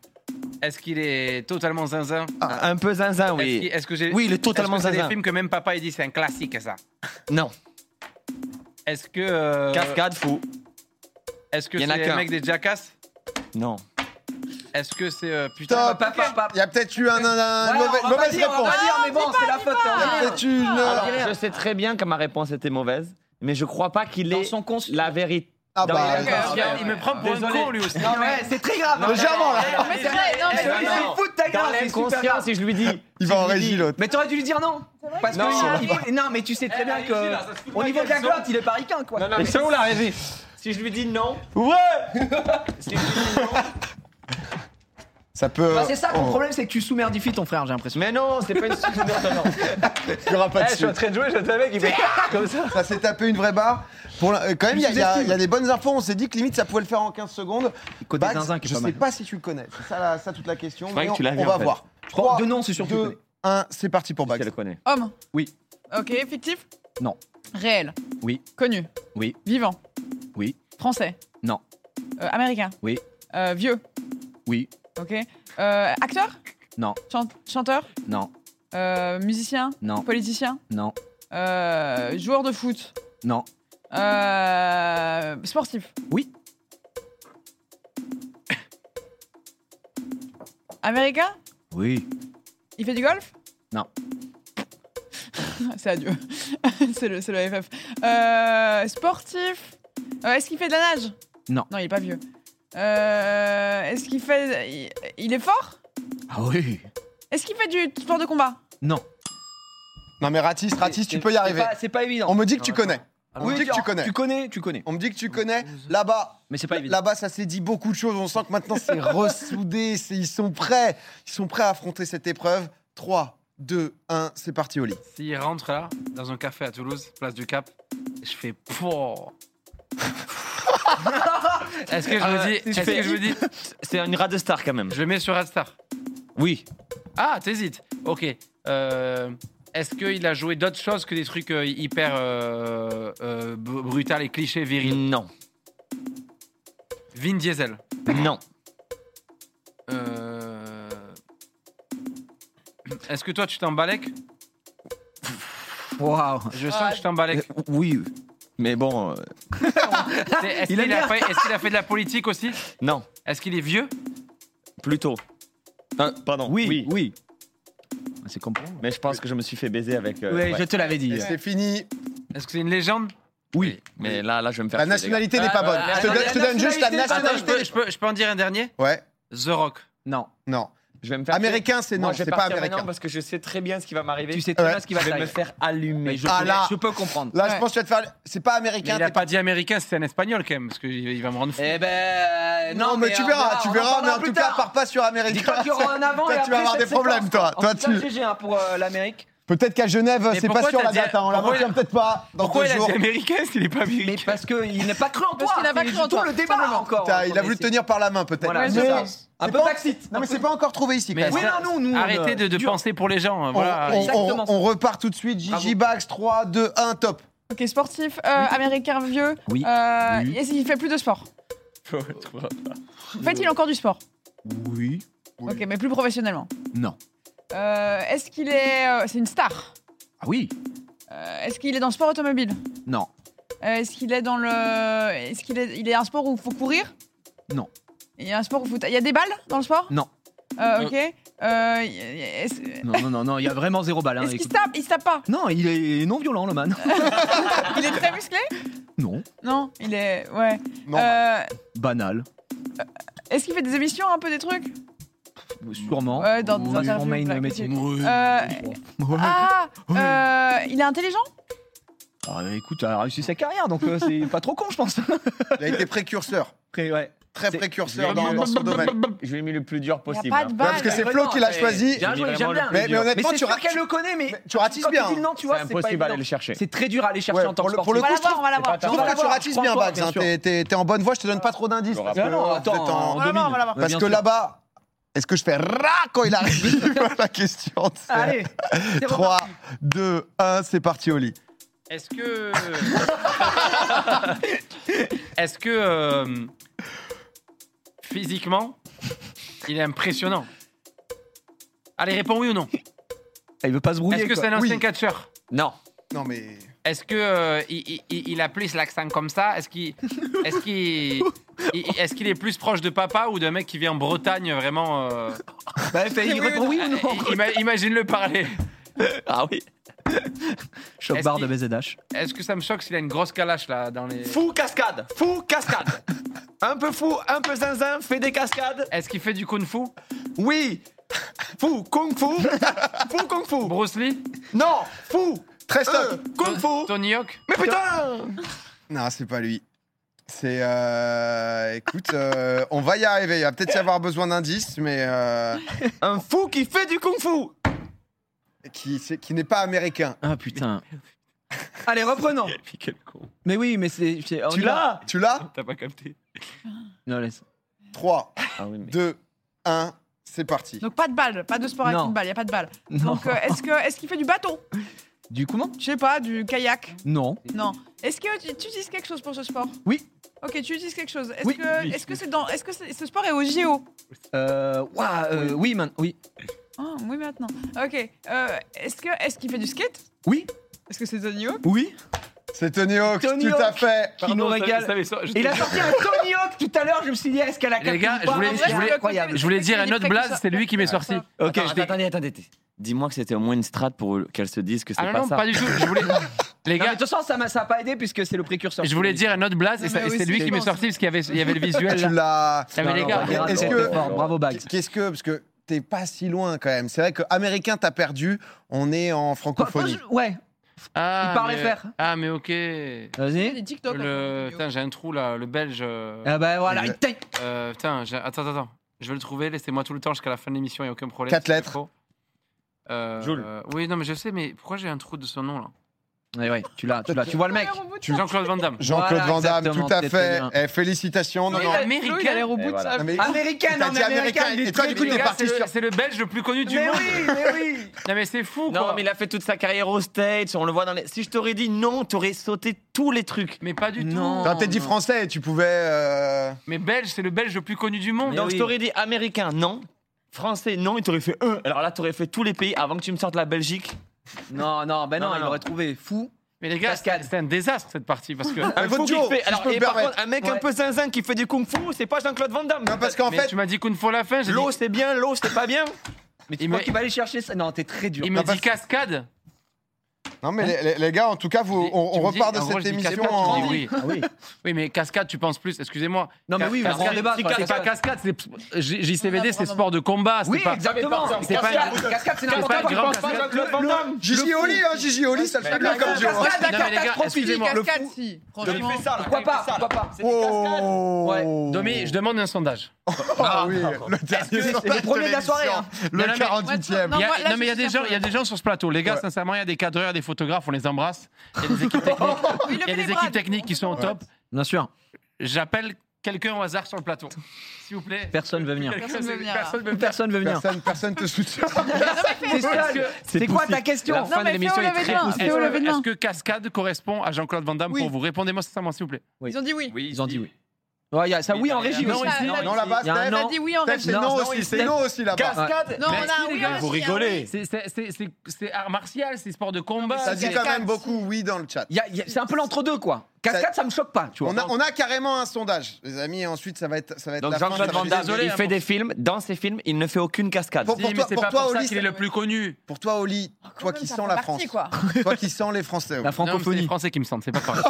Speaker 5: Est-ce qu'il est totalement zinzin
Speaker 6: un peu zinzin,
Speaker 5: Est-ce
Speaker 6: oui,
Speaker 5: qu'il- Est-ce que j'ai
Speaker 6: oui, il est totalement
Speaker 5: Est-ce que c'est des
Speaker 6: zinzin,
Speaker 5: films que même papa il dit c'est un classique ça
Speaker 6: non,
Speaker 5: Est-ce que euh,
Speaker 6: cascade fou,
Speaker 5: Est-ce que
Speaker 6: Y en a
Speaker 5: c'est le
Speaker 6: qu'un.
Speaker 5: mec des Jackass
Speaker 6: non,
Speaker 5: Est-ce que c'est euh, putain
Speaker 2: Top
Speaker 1: Papa, papa.
Speaker 2: Il y a peut-être eu un, un- un mauvais-
Speaker 1: on va pas
Speaker 2: mauvaise
Speaker 1: dire, on
Speaker 2: réponse.
Speaker 1: va pas dire, mais bon, c'est la faute.
Speaker 2: Il y a
Speaker 1: hein.
Speaker 2: peut-être eu une.
Speaker 1: Ah,
Speaker 6: Alors,
Speaker 1: rien.
Speaker 6: je sais très bien que ma réponse était mauvaise, mais je crois pas qu'il
Speaker 1: Dans
Speaker 6: est
Speaker 1: son cons-
Speaker 6: la vérité.
Speaker 2: Ah
Speaker 6: Dans
Speaker 2: bah.
Speaker 6: les
Speaker 3: lacs,
Speaker 1: Ah,
Speaker 5: Il
Speaker 1: ouais,
Speaker 5: il me
Speaker 1: ouais.
Speaker 5: prend pour un
Speaker 6: Désolé.
Speaker 5: con lui aussi.
Speaker 1: Non, ouais, c'est très grave. hein.
Speaker 2: Légèrement là.
Speaker 3: Non, mais c'est vrai, non, mais
Speaker 1: Et
Speaker 3: c'est vrai.
Speaker 1: celui qui
Speaker 6: non.
Speaker 1: fout de ta
Speaker 6: Dans
Speaker 1: gueule, c'est super grave.
Speaker 6: l'inconscient, si je lui dis,
Speaker 2: Il va en régie l'autre.
Speaker 1: Mais t'aurais dû lui dire non Parce que
Speaker 6: Non,
Speaker 1: il-
Speaker 6: sur la
Speaker 1: il- non, mais tu sais très
Speaker 5: Eh,
Speaker 1: bien
Speaker 5: la
Speaker 1: que
Speaker 5: régie, là, ça se fout
Speaker 1: au
Speaker 5: de la
Speaker 1: niveau de la
Speaker 5: gueule,
Speaker 1: glotte, il est paricain quoi.
Speaker 6: mais c'est où la régie
Speaker 5: Si je lui dis non,
Speaker 6: Ouais
Speaker 2: Ça peut.
Speaker 1: Bah, c'est ça ton
Speaker 2: oh,
Speaker 1: problème, c'est que tu sous-merdifies ton frère, j'ai l'impression.
Speaker 6: Mais non, c'est pas une suite.
Speaker 2: Il y aura pas de
Speaker 6: Eh, je suis en
Speaker 2: suite.
Speaker 6: train de jouer, je savais qu'il fait comme ça.
Speaker 2: Ça s'est tapé une vraie barre. Pour la- euh, Quand même, il y, a- il y a il y a des bonnes infos. On s'est dit que limite, ça pouvait le faire en 15 secondes.
Speaker 1: Côté
Speaker 2: Bax,
Speaker 1: zinzin qui est
Speaker 2: je
Speaker 1: pas
Speaker 2: sais
Speaker 1: mal.
Speaker 2: pas si tu le connais. C'est ça, la- ça toute la question.
Speaker 6: croyais
Speaker 2: mais
Speaker 6: que
Speaker 2: on,
Speaker 6: tu l'avais,
Speaker 2: on va
Speaker 6: en fait.
Speaker 2: voir.
Speaker 1: Trois,
Speaker 2: 3,
Speaker 1: deux noms, c'est sûr que tu
Speaker 2: 2, 1, c'est parti pour Bax.
Speaker 6: Je le connais.
Speaker 3: Homme.
Speaker 1: Oui.
Speaker 3: Ok, fictif.
Speaker 1: Non.
Speaker 3: Réel.
Speaker 1: Oui.
Speaker 3: Connu.
Speaker 1: Oui.
Speaker 3: Vivant.
Speaker 1: Oui.
Speaker 3: Français.
Speaker 1: Non.
Speaker 3: Euh, américain.
Speaker 1: Oui.
Speaker 3: Euh, vieux.
Speaker 1: Oui.
Speaker 3: Ok. Euh, acteur.
Speaker 1: Non.
Speaker 3: Chan- chanteur.
Speaker 1: Non,
Speaker 3: Euh, musicien.
Speaker 1: non,
Speaker 3: Politicien.
Speaker 1: non,
Speaker 3: Euh, joueur de foot.
Speaker 1: non.
Speaker 3: Euh, sportif.
Speaker 1: Oui.
Speaker 3: Américain
Speaker 1: Oui.
Speaker 3: Il fait du golf
Speaker 1: Non.
Speaker 3: c'est adieu. c'est le, c'est le FF. Euh, sportif Euh, Est-ce qu'il fait de la nage
Speaker 1: Non.
Speaker 3: Non, il est pas vieux. Euh, Est-ce qu'il fait. Il, il est fort
Speaker 1: Ah oui.
Speaker 3: Est-ce qu'il fait du sport de combat
Speaker 1: Non.
Speaker 2: Non, mais Ratis, Ratis, tu peux y arriver.
Speaker 1: C'est pas évident.
Speaker 2: On me dit que tu connais.
Speaker 1: Ah,
Speaker 2: On me dit que tu connais.
Speaker 1: Tu connais, tu connais.
Speaker 2: On me dit que tu connais. Là-bas,
Speaker 1: Mais c'est pas évident.
Speaker 2: là-bas, ça s'est dit beaucoup de choses. On sent que maintenant, c'est ressoudé. c'est- Ils sont prêts. Ils sont prêts à affronter cette épreuve. 3, 2, 1, c'est parti, Oli.
Speaker 5: s'il rentre là dans un café à Toulouse, place du Cap, je fais pour. Est-ce que je me
Speaker 6: Ah,
Speaker 5: dis
Speaker 6: tu
Speaker 5: Est-ce
Speaker 6: fais-
Speaker 5: que je me dis
Speaker 6: C'est une rade de star quand même.
Speaker 5: Je le mets sur Adstar.
Speaker 6: Oui.
Speaker 5: Ah, t'hésites. Ok. Euh, Est-ce qu'il a joué d'autres choses que des trucs euh, hyper euh, euh, br- brutal et clichés virils
Speaker 6: Non,
Speaker 5: Vin Diesel.
Speaker 6: non.
Speaker 5: Euh, Est-ce que toi tu t'embalèques
Speaker 1: Waouh.
Speaker 5: Je
Speaker 3: Ah,
Speaker 5: sens que je t'embalèque.
Speaker 6: Euh, Oui, mais bon, euh,
Speaker 5: Est-ce
Speaker 1: Ah, Il
Speaker 5: qu'il
Speaker 1: a
Speaker 5: a, fait- est-ce qu'il a fait de la politique aussi
Speaker 6: non,
Speaker 5: Est-ce qu'il est vieux
Speaker 6: plutôt. Ah, pardon.
Speaker 1: Oui, oui.
Speaker 6: oui.
Speaker 1: C'est compris.
Speaker 6: Mais je pense que je me suis fait baiser avec. euh,
Speaker 1: Oui,
Speaker 6: ouais.
Speaker 1: je te l'avais dit.
Speaker 2: Et c'est fini.
Speaker 5: Est-ce que c'est une légende
Speaker 6: Oui, mais là, là, je vais me faire.
Speaker 2: La
Speaker 6: tuer, les gars.
Speaker 2: nationalité n'est pas bonne.
Speaker 5: Ah,
Speaker 2: Je te
Speaker 5: la
Speaker 2: donne- je te donne juste la
Speaker 1: nationalité,
Speaker 5: Attends, je
Speaker 2: nationalité.
Speaker 5: peux, je peux- je peux en dire un dernier
Speaker 2: Ouais,
Speaker 5: The Rock.
Speaker 1: Non.
Speaker 2: non.
Speaker 6: Je vais me faire. tuer.
Speaker 2: Américain, c'est
Speaker 6: Moi,
Speaker 2: non,
Speaker 6: je vais
Speaker 2: c'est pas
Speaker 6: partir maintenant
Speaker 2: américain.
Speaker 6: parce que je sais très bien ce qui va m'arriver.
Speaker 1: Tu sais très
Speaker 2: Ouais.
Speaker 1: bien ce qui va
Speaker 6: je vais
Speaker 1: t'arriver.
Speaker 6: me faire
Speaker 1: Mais
Speaker 6: allumer.
Speaker 1: je,
Speaker 2: euh, Ah
Speaker 1: peux-
Speaker 2: là.
Speaker 1: je peux comprendre.
Speaker 2: Là,
Speaker 3: Ouais.
Speaker 2: je pense que tu vas te faire. C'est pas
Speaker 5: Mais
Speaker 2: américain.
Speaker 5: il a
Speaker 2: t'es-
Speaker 5: pas dit américain, c'est un espagnol quand même, parce qu'il il va me rendre fou.
Speaker 1: Eh ben.
Speaker 2: Non, mais, tu
Speaker 1: on
Speaker 2: verras,
Speaker 1: verra,
Speaker 2: tu
Speaker 1: on en
Speaker 2: verras, mais
Speaker 1: parlera
Speaker 2: en
Speaker 1: plus
Speaker 2: tout cas,
Speaker 1: tard.
Speaker 2: pars pas sur
Speaker 1: Dis
Speaker 2: américain.
Speaker 1: pas qu'il y aura un avant
Speaker 2: Toi,
Speaker 1: et
Speaker 2: tu
Speaker 1: après
Speaker 2: vas avoir
Speaker 1: cette
Speaker 2: des
Speaker 1: séquence,
Speaker 2: problèmes, toi.
Speaker 1: En
Speaker 2: Toi,
Speaker 1: tout cas,
Speaker 2: tu-
Speaker 1: GG hein, pour euh, l'Amérique.
Speaker 2: Peut-être qu'à Genève,
Speaker 5: Mais
Speaker 2: c'est pas
Speaker 5: pourquoi
Speaker 2: sûr
Speaker 5: t'as
Speaker 2: la
Speaker 5: dit-
Speaker 2: date, hein, on la
Speaker 5: pourquoi il a-
Speaker 2: retient peut-être pas dans
Speaker 5: Pourquoi
Speaker 2: deux
Speaker 5: il a
Speaker 2: jours.
Speaker 5: dit américain s'il n'est pas
Speaker 1: Mais
Speaker 5: américain
Speaker 1: parce qu'il n'a pas cru en toi.
Speaker 3: Parce qu'il n'a pas
Speaker 1: c'est
Speaker 3: cru en
Speaker 1: tout
Speaker 3: toi.
Speaker 1: le débat encore.
Speaker 2: Putain, Il a
Speaker 1: qu'on
Speaker 2: voulu
Speaker 1: essaie.
Speaker 2: te tenir par la main, peut-être.
Speaker 1: Oh, Voilà,
Speaker 2: Mais-
Speaker 1: c'est ça. Un
Speaker 2: c'est
Speaker 1: peu
Speaker 2: pas-
Speaker 1: taxite.
Speaker 2: Non, mais c'est pas encore trouvé ici. quand
Speaker 5: Mais
Speaker 2: même.
Speaker 1: Oui, non, nous, nous. on,
Speaker 5: Arrêtez de,
Speaker 1: euh,
Speaker 5: de
Speaker 1: dur.
Speaker 5: penser pour les gens. hein,
Speaker 2: On,
Speaker 5: Voilà.
Speaker 2: on-
Speaker 1: Exactement.
Speaker 2: on- on repart tout de suite. Gigi Bax, 3, 2, 1, top.
Speaker 3: Ok, sportif, euh, américain vieux.
Speaker 1: Oui.
Speaker 3: Euh,
Speaker 1: Oui.
Speaker 3: est-ce qu'il fait plus de sport En fait, il a encore du sport.
Speaker 1: Oui.
Speaker 2: Oui.
Speaker 3: Ok, mais plus professionnellement.
Speaker 1: Non.
Speaker 3: Euh, est-ce qu'il est. euh, c'est une star
Speaker 1: Ah oui.
Speaker 3: Euh, Est-ce qu'il est dans le sport automobile
Speaker 1: Non.
Speaker 3: Euh, Est-ce qu'il est dans le. Est-ce qu'il est... Il est un sport où il faut courir
Speaker 1: Non.
Speaker 3: Il y a un sport où faut... Il y a des balles dans le sport
Speaker 1: Non.
Speaker 3: Euh, ok. Euh, est-ce
Speaker 1: Non, non, non, non, il y a vraiment zéro balle. hein,
Speaker 3: est-ce qu'il se
Speaker 1: écoute.
Speaker 3: tape Il se tape pas.
Speaker 1: Non, il est non violent, le man.
Speaker 3: Il est très musclé
Speaker 1: Non,
Speaker 3: Non, il est. Ouais.
Speaker 2: Non.
Speaker 3: Euh,
Speaker 1: banal.
Speaker 3: est-ce qu'il fait des émissions, un peu des trucs
Speaker 1: Sûrement.
Speaker 3: Ouais, dans des
Speaker 1: Oui,
Speaker 3: interviews,
Speaker 1: on mène
Speaker 3: là,
Speaker 1: le métier.
Speaker 3: Euh, Ah euh, Il est intelligent
Speaker 1: Ah, écoute, elle a réussi sa carrière, donc euh, c'est pas trop con, je pense.
Speaker 2: Il a été précurseur.
Speaker 1: Après, ouais.
Speaker 2: Très
Speaker 1: C'est-
Speaker 2: précurseur
Speaker 6: j'ai
Speaker 2: dans,
Speaker 6: mis-
Speaker 2: dans son domaine.
Speaker 6: Je lui ai mis le plus dur
Speaker 3: Il n'y
Speaker 6: possible.
Speaker 3: a pas de
Speaker 6: hein.
Speaker 3: balle.
Speaker 2: parce que c'est
Speaker 1: Ouais,
Speaker 2: Flo
Speaker 1: non,
Speaker 2: qui l'a
Speaker 1: mais-
Speaker 2: choisi.
Speaker 1: J'ai un
Speaker 6: J'ai
Speaker 1: joueur que j'aime
Speaker 6: vraiment
Speaker 1: bien.
Speaker 6: le
Speaker 2: Mais,
Speaker 1: mais-
Speaker 2: mais honnêtement,
Speaker 1: mais
Speaker 2: tu,
Speaker 1: c'est
Speaker 2: ra-
Speaker 1: sûr qu'elle le connaît, mais
Speaker 2: tu ratisses
Speaker 1: quand
Speaker 2: bien. hein.
Speaker 1: il dit non, tu
Speaker 6: C'est
Speaker 1: vois, c'est pas
Speaker 6: impossible d'aller
Speaker 1: évident.
Speaker 6: le chercher.
Speaker 1: C'est très dur à aller chercher
Speaker 2: Ouais,
Speaker 1: en tant
Speaker 2: pour
Speaker 1: que
Speaker 2: le- pour
Speaker 1: sportif.
Speaker 2: le
Speaker 3: On va
Speaker 2: coup,
Speaker 3: la voir, on va
Speaker 6: c'est pas
Speaker 3: la voir.
Speaker 2: Je trouve
Speaker 1: On va
Speaker 2: que tu
Speaker 1: voir,
Speaker 2: ratisses
Speaker 1: prends
Speaker 2: bien,
Speaker 1: toi,
Speaker 2: Bax.
Speaker 1: bien
Speaker 2: hein,
Speaker 1: sûr.
Speaker 2: T'es t'es- t'es en bonne voie, je te donne pas trop d'indices.
Speaker 6: Je
Speaker 2: parce
Speaker 6: rappelle.
Speaker 2: que-
Speaker 1: Ah non,
Speaker 2: vous êtes en-
Speaker 1: attends, on
Speaker 3: Voilà,
Speaker 1: domine.
Speaker 3: voilà, voilà.
Speaker 2: Parce
Speaker 1: Bien
Speaker 2: que
Speaker 1: sûr.
Speaker 2: là-bas, est-ce que je fais ra quand il arrive La question. c'est-
Speaker 1: Allez, Ah, c'est
Speaker 2: 3, 2, 1, c'est parti, Oli.
Speaker 5: Est-ce que. Est-ce que. euh, Physiquement, il est impressionnant. Allez, réponds oui ou non.
Speaker 1: Il veut pas se
Speaker 5: Est-ce
Speaker 1: brouiller.
Speaker 5: que
Speaker 1: quoi.
Speaker 5: c'est un ancien
Speaker 2: Oui.
Speaker 5: catcheur
Speaker 6: Non,
Speaker 2: Non, mais.
Speaker 5: Est-ce que euh, il, il- il a plus l'accent comme ça Est-ce qu'il est-ce qu'il il- est-ce qu'il est plus proche de papa ou d'un mec qui vient en Bretagne vraiment euh,
Speaker 1: Bah, fait, il répond oui ou non
Speaker 5: i- ima- Imagine-le parler.
Speaker 6: ah oui.
Speaker 1: Choc
Speaker 5: Est-ce
Speaker 1: barre de
Speaker 5: qu'il-
Speaker 1: BZH.
Speaker 5: Est-ce que ça me choque s'il a une grosse calache là dans les
Speaker 6: Fou cascade, fou cascade. un peu fou, un peu zinzin, fait des cascades.
Speaker 5: Est-ce qu'il fait du kung-fu
Speaker 6: Oui. Fou kung fu, fou kung fu.
Speaker 5: Bruce Lee,
Speaker 6: Non, fou.
Speaker 2: Très stop
Speaker 6: euh, kung fu.
Speaker 5: Tony Hawk.
Speaker 6: Mais putain.
Speaker 2: Non, c'est pas lui. C'est. euh, Écoute, euh, on va y arriver. Il va peut-être y avoir besoin d'indices, mais. euh,
Speaker 6: Un fou qui fait du kung fu.
Speaker 2: Qui, c'est- qui n'est pas américain.
Speaker 1: Ah putain. Allez, reprenons. Mais oui, mais c'est. c'est- on
Speaker 6: Tu
Speaker 1: y va.
Speaker 6: l'as
Speaker 2: Tu l'as
Speaker 5: T'as pas capté.
Speaker 1: Non, laisse.
Speaker 2: 3,
Speaker 6: Ah oui, mais
Speaker 2: 2, 1, c'est parti.
Speaker 3: Donc pas de balle, pas de sport avec
Speaker 1: Non.
Speaker 3: une balle, il n'y a pas de balle.
Speaker 1: Non.
Speaker 3: Donc euh, est-ce que- est-ce qu'il fait du bateau
Speaker 1: Du coup, non
Speaker 3: Je sais pas, du kayak
Speaker 1: Non.
Speaker 3: Non. Est-ce que tu, tu utilises quelque chose pour ce sport
Speaker 1: Oui.
Speaker 3: Ok, tu utilises quelque chose. Est-ce
Speaker 1: Oui.
Speaker 3: que,
Speaker 1: Oui.
Speaker 3: est-ce que c'est dans, est-ce que c'est- ce sport est au JO
Speaker 1: Euh, ouah, euh, oui, man, oui.
Speaker 3: Ah, Oui, maintenant. Ok. euh, est-ce que, est-ce qu'il fait du skate
Speaker 1: Oui.
Speaker 3: Est-ce que c'est Tony Hawk
Speaker 1: Oui.
Speaker 2: C'est Tony Hawk,
Speaker 1: Tony
Speaker 2: tout à
Speaker 1: Hawk.
Speaker 2: fait.
Speaker 1: Qui nous régale. Il a sorti un Tony Hawk tout à l'heure, je me suis dit, est-ce qu'elle a capté
Speaker 5: Les gars,
Speaker 1: ou pas
Speaker 5: je voulais-
Speaker 1: En vrai,
Speaker 5: je voulais-
Speaker 1: c'est incroyable.
Speaker 5: Je voulais dire un autre blaze, c'est lui qui m'est
Speaker 3: Ouais,
Speaker 5: sorti.
Speaker 3: ça.
Speaker 1: Ok,
Speaker 6: Attends,
Speaker 1: je t'ai-
Speaker 6: attendez, attendez. attendez. Dis-moi que c'était au moins une strate pour qu'elle se dise que c'est
Speaker 5: Ah non,
Speaker 6: pas
Speaker 5: non,
Speaker 6: ça.
Speaker 5: pas du tout. Je voulais... Les
Speaker 1: Non, mais
Speaker 5: gars,
Speaker 1: de toute façon, ça m'a ça a pas aidé puisque c'est le précurseur.
Speaker 5: je voulais dire un autre blaze et
Speaker 3: Non,
Speaker 5: ça-
Speaker 3: mais
Speaker 5: et c'est
Speaker 3: aussi,
Speaker 5: lui qui m'est
Speaker 3: non,
Speaker 5: sorti parce qu'il y avait, il y avait le visuel.
Speaker 2: Tu
Speaker 5: là.
Speaker 2: l'as.
Speaker 5: Ah, mais les gars,
Speaker 2: est-ce
Speaker 1: est-ce
Speaker 2: que-
Speaker 1: que bravo Bags.
Speaker 2: Qu'est-ce que. Parce que t'es pas si loin quand même. C'est vrai que américain, t'as perdu. On est en francophonie.
Speaker 1: Ouais,
Speaker 5: Ah,
Speaker 1: Il parlait
Speaker 5: mais-
Speaker 1: faire.
Speaker 5: Ah, mais ok. Le...
Speaker 1: vas-y.
Speaker 3: Des TikTok.
Speaker 5: Putain, j'ai un trou là, le belge. euh,
Speaker 1: Ah bah voilà,
Speaker 2: Je-
Speaker 1: il t'a-
Speaker 5: euh, putain, j'ai- attends, attends, attends. Je vais le trouver, laissez-moi tout le temps jusqu'à la fin de l'émission, il n'y a aucun problème.
Speaker 2: Quatre
Speaker 5: si c'est
Speaker 2: lettres.
Speaker 5: faux. Euh,
Speaker 6: Joule.
Speaker 5: euh, oui, non, mais je sais, mais pourquoi j'ai un trou de son nom là
Speaker 1: Ouais, ouais, tu l'as, tu l'as. Tu vois le mec.
Speaker 3: Il a l'air au bout de sa-
Speaker 5: Jean-Claude Van Damme.
Speaker 2: Jean-Claude
Speaker 1: Voilà,
Speaker 2: Van Damme,
Speaker 1: exactement,
Speaker 2: tout à
Speaker 1: très,
Speaker 2: fait.
Speaker 1: très bien.
Speaker 2: Eh, félicitations. Non,
Speaker 3: Oui,
Speaker 2: non.
Speaker 3: il a-
Speaker 5: Américain.
Speaker 3: Flo, Il a l'air au bout
Speaker 6: Et
Speaker 3: de
Speaker 6: voilà.
Speaker 3: sa
Speaker 2: Non, mais-
Speaker 1: Américaine,
Speaker 2: T'as
Speaker 1: on
Speaker 2: dit
Speaker 1: est américain,
Speaker 2: américain,
Speaker 1: il
Speaker 2: et
Speaker 1: est
Speaker 2: toi,
Speaker 1: très
Speaker 2: du coup,
Speaker 1: dur.
Speaker 5: Les
Speaker 2: t'es
Speaker 5: gars,
Speaker 2: parti
Speaker 5: c'est le-
Speaker 2: sur.
Speaker 5: C'est le belge le plus connu du
Speaker 1: Mais
Speaker 5: monde.
Speaker 1: oui, mais oui.
Speaker 5: Non mais c'est fou
Speaker 6: Non,
Speaker 5: quoi.
Speaker 6: mais il a fait toute sa carrière au States, on le voit dans les. Si je t'aurais dit non, t'aurais sauté tous les trucs.
Speaker 5: Mais pas du
Speaker 1: Non.
Speaker 5: tout.
Speaker 2: T'as peut-être dit français, tu pouvais. euh,
Speaker 5: Mais belge, c'est le belge le plus connu du monde.
Speaker 1: Mais
Speaker 5: Donc,
Speaker 6: Donc
Speaker 1: oui.
Speaker 6: je t'aurais dit américain, non. Français, non, il t'aurait fait un. Alors là, t'aurais fait tous les pays avant que tu me sortes la Belgique.
Speaker 1: Non, non, ben non,
Speaker 6: Non,
Speaker 1: il
Speaker 6: non.
Speaker 1: aurait trouvé fou.
Speaker 5: Mais les gars,
Speaker 1: Cascade.
Speaker 5: c'est c'est un désastre cette partie parce que.
Speaker 2: Un
Speaker 6: Un fou
Speaker 2: vote
Speaker 6: qui
Speaker 2: Joe,
Speaker 6: fait-
Speaker 2: si
Speaker 6: Alors,
Speaker 2: je peux
Speaker 6: et
Speaker 2: me
Speaker 6: par
Speaker 2: permettre.
Speaker 6: contre, un mec un
Speaker 1: Ouais.
Speaker 6: peu zinzin qui fait du kung-fu, c'est pas Jean-Claude Van Damme.
Speaker 2: Non, parce qu'en
Speaker 5: mais
Speaker 2: fait.
Speaker 5: tu m'as dit Kung Fu la fin. j'ai
Speaker 6: L'eau
Speaker 5: dit-
Speaker 6: c'est bien, l'eau c'est pas bien.
Speaker 1: Mais tu
Speaker 5: Il
Speaker 1: crois
Speaker 5: me-
Speaker 1: qu'il va aller chercher ça Non, t'es très dur.
Speaker 5: Il
Speaker 2: Non,
Speaker 5: me
Speaker 2: parce-
Speaker 5: dit cascade.
Speaker 2: Non, mais les, les- les gars, en tout cas, vous,
Speaker 5: Tu
Speaker 2: on, on
Speaker 5: me dis-
Speaker 2: repart de
Speaker 5: en gros,
Speaker 2: cette
Speaker 5: je dis
Speaker 2: émission
Speaker 5: cascade, tu me
Speaker 2: en.
Speaker 5: dis oui.
Speaker 1: Ah oui.
Speaker 5: Oui, mais cascade, tu penses plus. Excusez-moi.
Speaker 1: Non, mais oui, on va en
Speaker 5: cascade,
Speaker 1: débattre.
Speaker 5: c'est pas- c'est pas cascade, c'est J- JCVD, c'est sport de combat. c'est
Speaker 1: Oui,
Speaker 5: pas-
Speaker 1: exactement.
Speaker 5: C'est pas une-
Speaker 1: Cascade, c'est
Speaker 5: C'est
Speaker 1: n'importe
Speaker 5: pas
Speaker 1: quoi.
Speaker 5: une grande cascade.
Speaker 2: Gigi Oli, hein, Gigi Oli, ça le fait bien comme
Speaker 1: cascade,
Speaker 2: duo.
Speaker 1: cascade,
Speaker 5: Non, mais les gars,
Speaker 1: catastrophique.
Speaker 5: excusez-moi.
Speaker 1: Le
Speaker 3: cascade,
Speaker 1: fou.
Speaker 3: si.
Speaker 1: Domi,
Speaker 3: Franchement.
Speaker 1: Pourquoi pas Pourquoi pas
Speaker 2: Oh.
Speaker 5: Domi, je demande un sondage.
Speaker 2: Ah oui, le dernier
Speaker 1: c'est
Speaker 2: sondage
Speaker 1: le premier de la soirée, hein.
Speaker 5: Non,
Speaker 2: Le
Speaker 5: non, mais-
Speaker 2: 48e.
Speaker 5: Il y a-
Speaker 3: Non, moi, là,
Speaker 5: non, mais il y a
Speaker 3: je
Speaker 5: des
Speaker 3: suis
Speaker 5: gens, il y a des gens sur ce plateau. Les gars,
Speaker 2: Ouais.
Speaker 5: sincèrement, il y a des cadreurs, il y a des photographes, on les embrasse. Il y a des équipes techniques,
Speaker 3: Il
Speaker 5: il y a
Speaker 3: levait
Speaker 5: des
Speaker 3: les bras,
Speaker 5: équipes techniques qui sont au
Speaker 3: Ouais.
Speaker 5: top.
Speaker 1: Bien sûr.
Speaker 5: J'appelle quelqu'un au hasard sur le plateau. S'il vous plaît.
Speaker 1: Personne veut venir.
Speaker 5: Quelqu'un,
Speaker 3: Personne veut
Speaker 5: c'est-
Speaker 3: venir,
Speaker 5: personne veut venir.
Speaker 1: Personne veut venir.
Speaker 2: Personne, personne te soutient.
Speaker 1: C'est ça, le- C'est quoi ta question
Speaker 5: La fin de
Speaker 3: mais
Speaker 5: l'émission
Speaker 3: fais au
Speaker 5: est
Speaker 3: lever de
Speaker 5: très
Speaker 3: main,
Speaker 5: poussée.
Speaker 3: fais au lever de main.
Speaker 5: Est-ce que Cascade correspond à Jean-Claude Van Damme
Speaker 2: Oui.
Speaker 5: pour vous Répondez-moi sincèrement, s'il vous plaît.
Speaker 1: Oui.
Speaker 3: Ils ont dit oui.
Speaker 7: Oui,
Speaker 1: Ils ont dit oui. Ouais, il y a ça oui en régie
Speaker 5: Non,
Speaker 1: aussi.
Speaker 5: ici,
Speaker 2: Non, là-bas,
Speaker 1: Il y a un
Speaker 2: Steph,
Speaker 3: On a
Speaker 1: non.
Speaker 3: dit oui en
Speaker 2: Steph, c'est
Speaker 3: régie.
Speaker 2: non
Speaker 1: Non,
Speaker 2: aussi, c'est non aussi là-bas.
Speaker 6: Cascade.
Speaker 3: Non, on
Speaker 5: Merci,
Speaker 3: a
Speaker 5: les
Speaker 3: oui
Speaker 5: gars,
Speaker 3: en
Speaker 5: vous
Speaker 3: régie, hein, oui.
Speaker 5: C'est- C'est c'est- c'est- c'est art martial, c'est sport de combat.
Speaker 2: Ça
Speaker 5: c'est-
Speaker 2: dit quand même beaucoup oui dans le chat.
Speaker 1: Il y a- il y a- C'est un peu l'entre-deux, quoi. Cascade, ça me choque pas, tu vois.
Speaker 2: On a, on a carrément un sondage, les amis, et ensuite ça va être, ça va être
Speaker 6: Donc
Speaker 2: la fin. ça
Speaker 6: Jean-Claude
Speaker 2: va
Speaker 6: Van
Speaker 2: être-
Speaker 6: Damme,
Speaker 5: désolé,
Speaker 6: il
Speaker 5: hein,
Speaker 6: fait
Speaker 5: pour-
Speaker 6: des films, dans ses films, il ne fait aucune cascade.
Speaker 2: Pour- pour
Speaker 5: Si, mais
Speaker 2: toi-
Speaker 5: c'est
Speaker 2: pour
Speaker 5: pas
Speaker 2: toi,
Speaker 5: pour ça
Speaker 2: Oli,
Speaker 5: qu'il est
Speaker 2: c'est-
Speaker 5: le plus connu.
Speaker 2: Pour toi, Oli, toi qui
Speaker 3: Ah, Ça
Speaker 2: sens
Speaker 3: fait
Speaker 2: la France,
Speaker 3: partie, quoi.
Speaker 2: toi qui sens les Français,
Speaker 1: La
Speaker 5: Non, mais c'est les
Speaker 1: francophonie.
Speaker 5: Français qui me sentent, c'est pas pareil.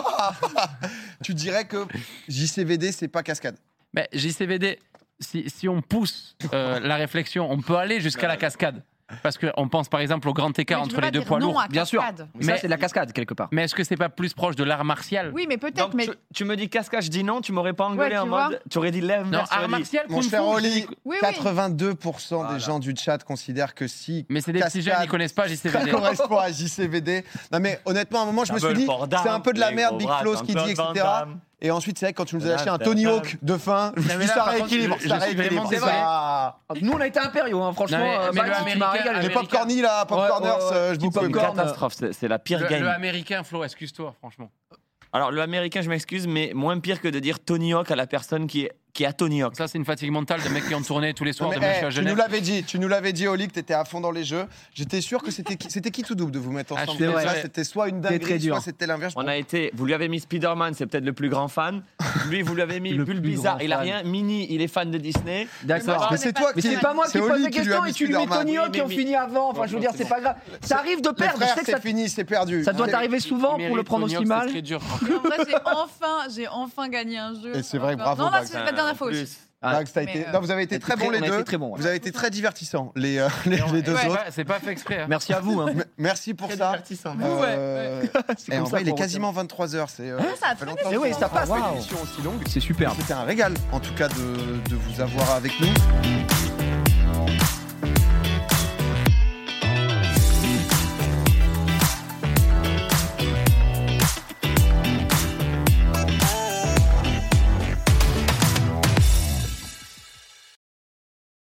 Speaker 2: tu dirais que JCVD, c'est pas cascade.
Speaker 5: Mais JCVD, si, si on pousse euh, la réflexion, on peut aller jusqu'à la cascade. Parce qu'on pense par exemple au grand écart
Speaker 3: Mais tu
Speaker 5: entre
Speaker 3: peux
Speaker 5: les
Speaker 3: pas
Speaker 5: deux
Speaker 3: dire
Speaker 5: poids
Speaker 3: non
Speaker 5: lourds.
Speaker 3: à
Speaker 1: bien sûr.
Speaker 3: cascade.
Speaker 1: Oh, Mais ça,
Speaker 5: Mais-
Speaker 1: c'est de la cascade, quelque part.
Speaker 5: Mais est-ce que c'est pas plus proche de l'art martial
Speaker 3: Oui, mais peut-être,
Speaker 6: Donc,
Speaker 3: mais.
Speaker 6: tu, tu me dis cascade, je dis non, tu m'aurais pas engueulé
Speaker 3: Ouais, tu
Speaker 6: en
Speaker 3: vois.
Speaker 6: mode. Tu aurais dit lève,
Speaker 5: Non,
Speaker 6: merci,
Speaker 5: art
Speaker 6: Oli.
Speaker 5: martial,
Speaker 2: Mon
Speaker 5: kung-fu,
Speaker 2: cher
Speaker 5: je
Speaker 2: Oli,
Speaker 5: dis-
Speaker 3: Oui, oui.
Speaker 2: 82% des gens du chat considèrent que si
Speaker 5: Mais c'est des petits jeunes,
Speaker 2: Cascade.
Speaker 5: ils connaissent pas
Speaker 2: ça
Speaker 5: JCVD.
Speaker 2: correspond à JCVD. Non mais honnêtement, à un moment, je me suis dit, c'est un peu hein, de la merde, Big Flo, ce qu'il dit, etc. Et ensuite, c'est vrai que quand tu nous as lâché un Tony Hawk de fin, je me
Speaker 5: Non,
Speaker 2: suis
Speaker 5: mais
Speaker 2: dit,
Speaker 5: là,
Speaker 2: ça
Speaker 5: par contre,
Speaker 2: rééquilibre,
Speaker 5: je-
Speaker 2: ça
Speaker 5: je suis
Speaker 2: rééquilibre.
Speaker 5: vraiment désolé.
Speaker 2: ça-
Speaker 1: Ah, Nous, on a été impériaux, hein, franchement.
Speaker 5: Non, mais-
Speaker 1: euh,
Speaker 5: mais le
Speaker 1: Max, tu m'as
Speaker 5: Américain-
Speaker 1: régalé.
Speaker 2: Les
Speaker 5: Américain.
Speaker 2: Popcorny, là, Popcorners,
Speaker 1: ouais, ouais,
Speaker 2: euh, je
Speaker 1: petit
Speaker 2: vous
Speaker 6: C'est une
Speaker 1: popcorn.
Speaker 2: popcorn.
Speaker 6: catastrophe, c'est c'est la pire
Speaker 5: Le, le
Speaker 6: game.
Speaker 5: américain, Flo, excuse-toi, franchement.
Speaker 6: Alors, le américain, je m'excuse, mais moins pire que de dire Tony Hawk à la personne qui est, qui est à Tony Hawk.
Speaker 5: Ça, c'est une fatigue mentale de mecs qui ont tourné tous les
Speaker 2: Non,
Speaker 5: soirs
Speaker 2: mais,
Speaker 5: de Monsieur
Speaker 2: eh,
Speaker 5: à
Speaker 2: tu nous
Speaker 5: Genève.
Speaker 2: l'avais dit, tu nous l'avais dit, Oli, que t'étais à fond dans les jeux. J'étais sûr que c'était qui, c'était qui tout double de vous mettre
Speaker 5: Ah,
Speaker 2: ensemble.
Speaker 5: c'est
Speaker 2: comme ça.
Speaker 5: vrai.
Speaker 2: C'était soit une
Speaker 1: C'était très
Speaker 2: dinguerie,
Speaker 1: dur.
Speaker 2: soit c'était l'inverse.
Speaker 6: On a été, vous lui avez mis Spider-Man, c'est peut-être le plus grand fan. Lui, vous lui avez mis
Speaker 1: Le plus
Speaker 6: Bulbizarre,
Speaker 1: grand
Speaker 6: il a
Speaker 1: fan.
Speaker 6: rien. Mini, il est fan de Disney.
Speaker 1: D'accord.
Speaker 2: Mais c'est toi
Speaker 1: Mais
Speaker 2: qui.
Speaker 1: c'est pas moi qui
Speaker 2: c'est
Speaker 1: pose
Speaker 2: Oli
Speaker 1: la
Speaker 2: qui lui a
Speaker 1: question
Speaker 2: mis
Speaker 1: et tu lui mets
Speaker 2: Spider-Man.
Speaker 1: Tony Hawk
Speaker 6: Oui,
Speaker 1: qui
Speaker 6: mais-
Speaker 1: ont fini avant. Enfin, je veux dire, c'est pas grave. Ça arrive de
Speaker 2: Les
Speaker 1: perdre. Je
Speaker 2: frères,
Speaker 1: sais que
Speaker 2: c'est
Speaker 1: ça,
Speaker 2: fini, c'est perdu.
Speaker 1: ça doit
Speaker 2: C'est-
Speaker 1: t'arriver souvent pour le
Speaker 5: Il mérite
Speaker 1: prendre
Speaker 5: Tony
Speaker 1: aussi
Speaker 5: Hawk,
Speaker 1: mal.
Speaker 5: c'est très dur.
Speaker 3: Et en vrai, j'ai enfin, j'ai enfin gagné un jeu.
Speaker 2: Et c'est vrai,
Speaker 3: Enfin,
Speaker 2: bravo,
Speaker 3: Non, là,
Speaker 2: Max.
Speaker 3: c'est la dernière fois
Speaker 6: En plus.
Speaker 3: aussi.
Speaker 2: Max, t'as
Speaker 3: Mais,
Speaker 2: été-
Speaker 3: euh,
Speaker 2: non, vous avez été
Speaker 1: on
Speaker 2: très
Speaker 1: était
Speaker 2: bons les
Speaker 1: on a été
Speaker 2: deux.
Speaker 1: très bons, ouais.
Speaker 2: Vous avez été très divertissants, les, euh, les, les deux
Speaker 3: ouais.
Speaker 5: C'est
Speaker 2: autres.
Speaker 5: pas- C'est pas fait exprès. hein.
Speaker 1: Merci à vous. hein.
Speaker 2: M- Merci pour ça. Euh,
Speaker 1: C'est
Speaker 2: et en
Speaker 1: comme ça
Speaker 2: vrai, il est
Speaker 1: qu'on
Speaker 2: quasiment 23h. C'est. euh,
Speaker 3: Ah, ça a
Speaker 2: fait
Speaker 3: traîné,
Speaker 2: longtemps
Speaker 1: Eh oui,
Speaker 2: qu'on
Speaker 1: ça
Speaker 2: fait
Speaker 1: passe.
Speaker 2: une émission aussi longue.
Speaker 1: retient. C'est super.
Speaker 2: C'était un régal, en tout cas, de, de vous avoir avec nous.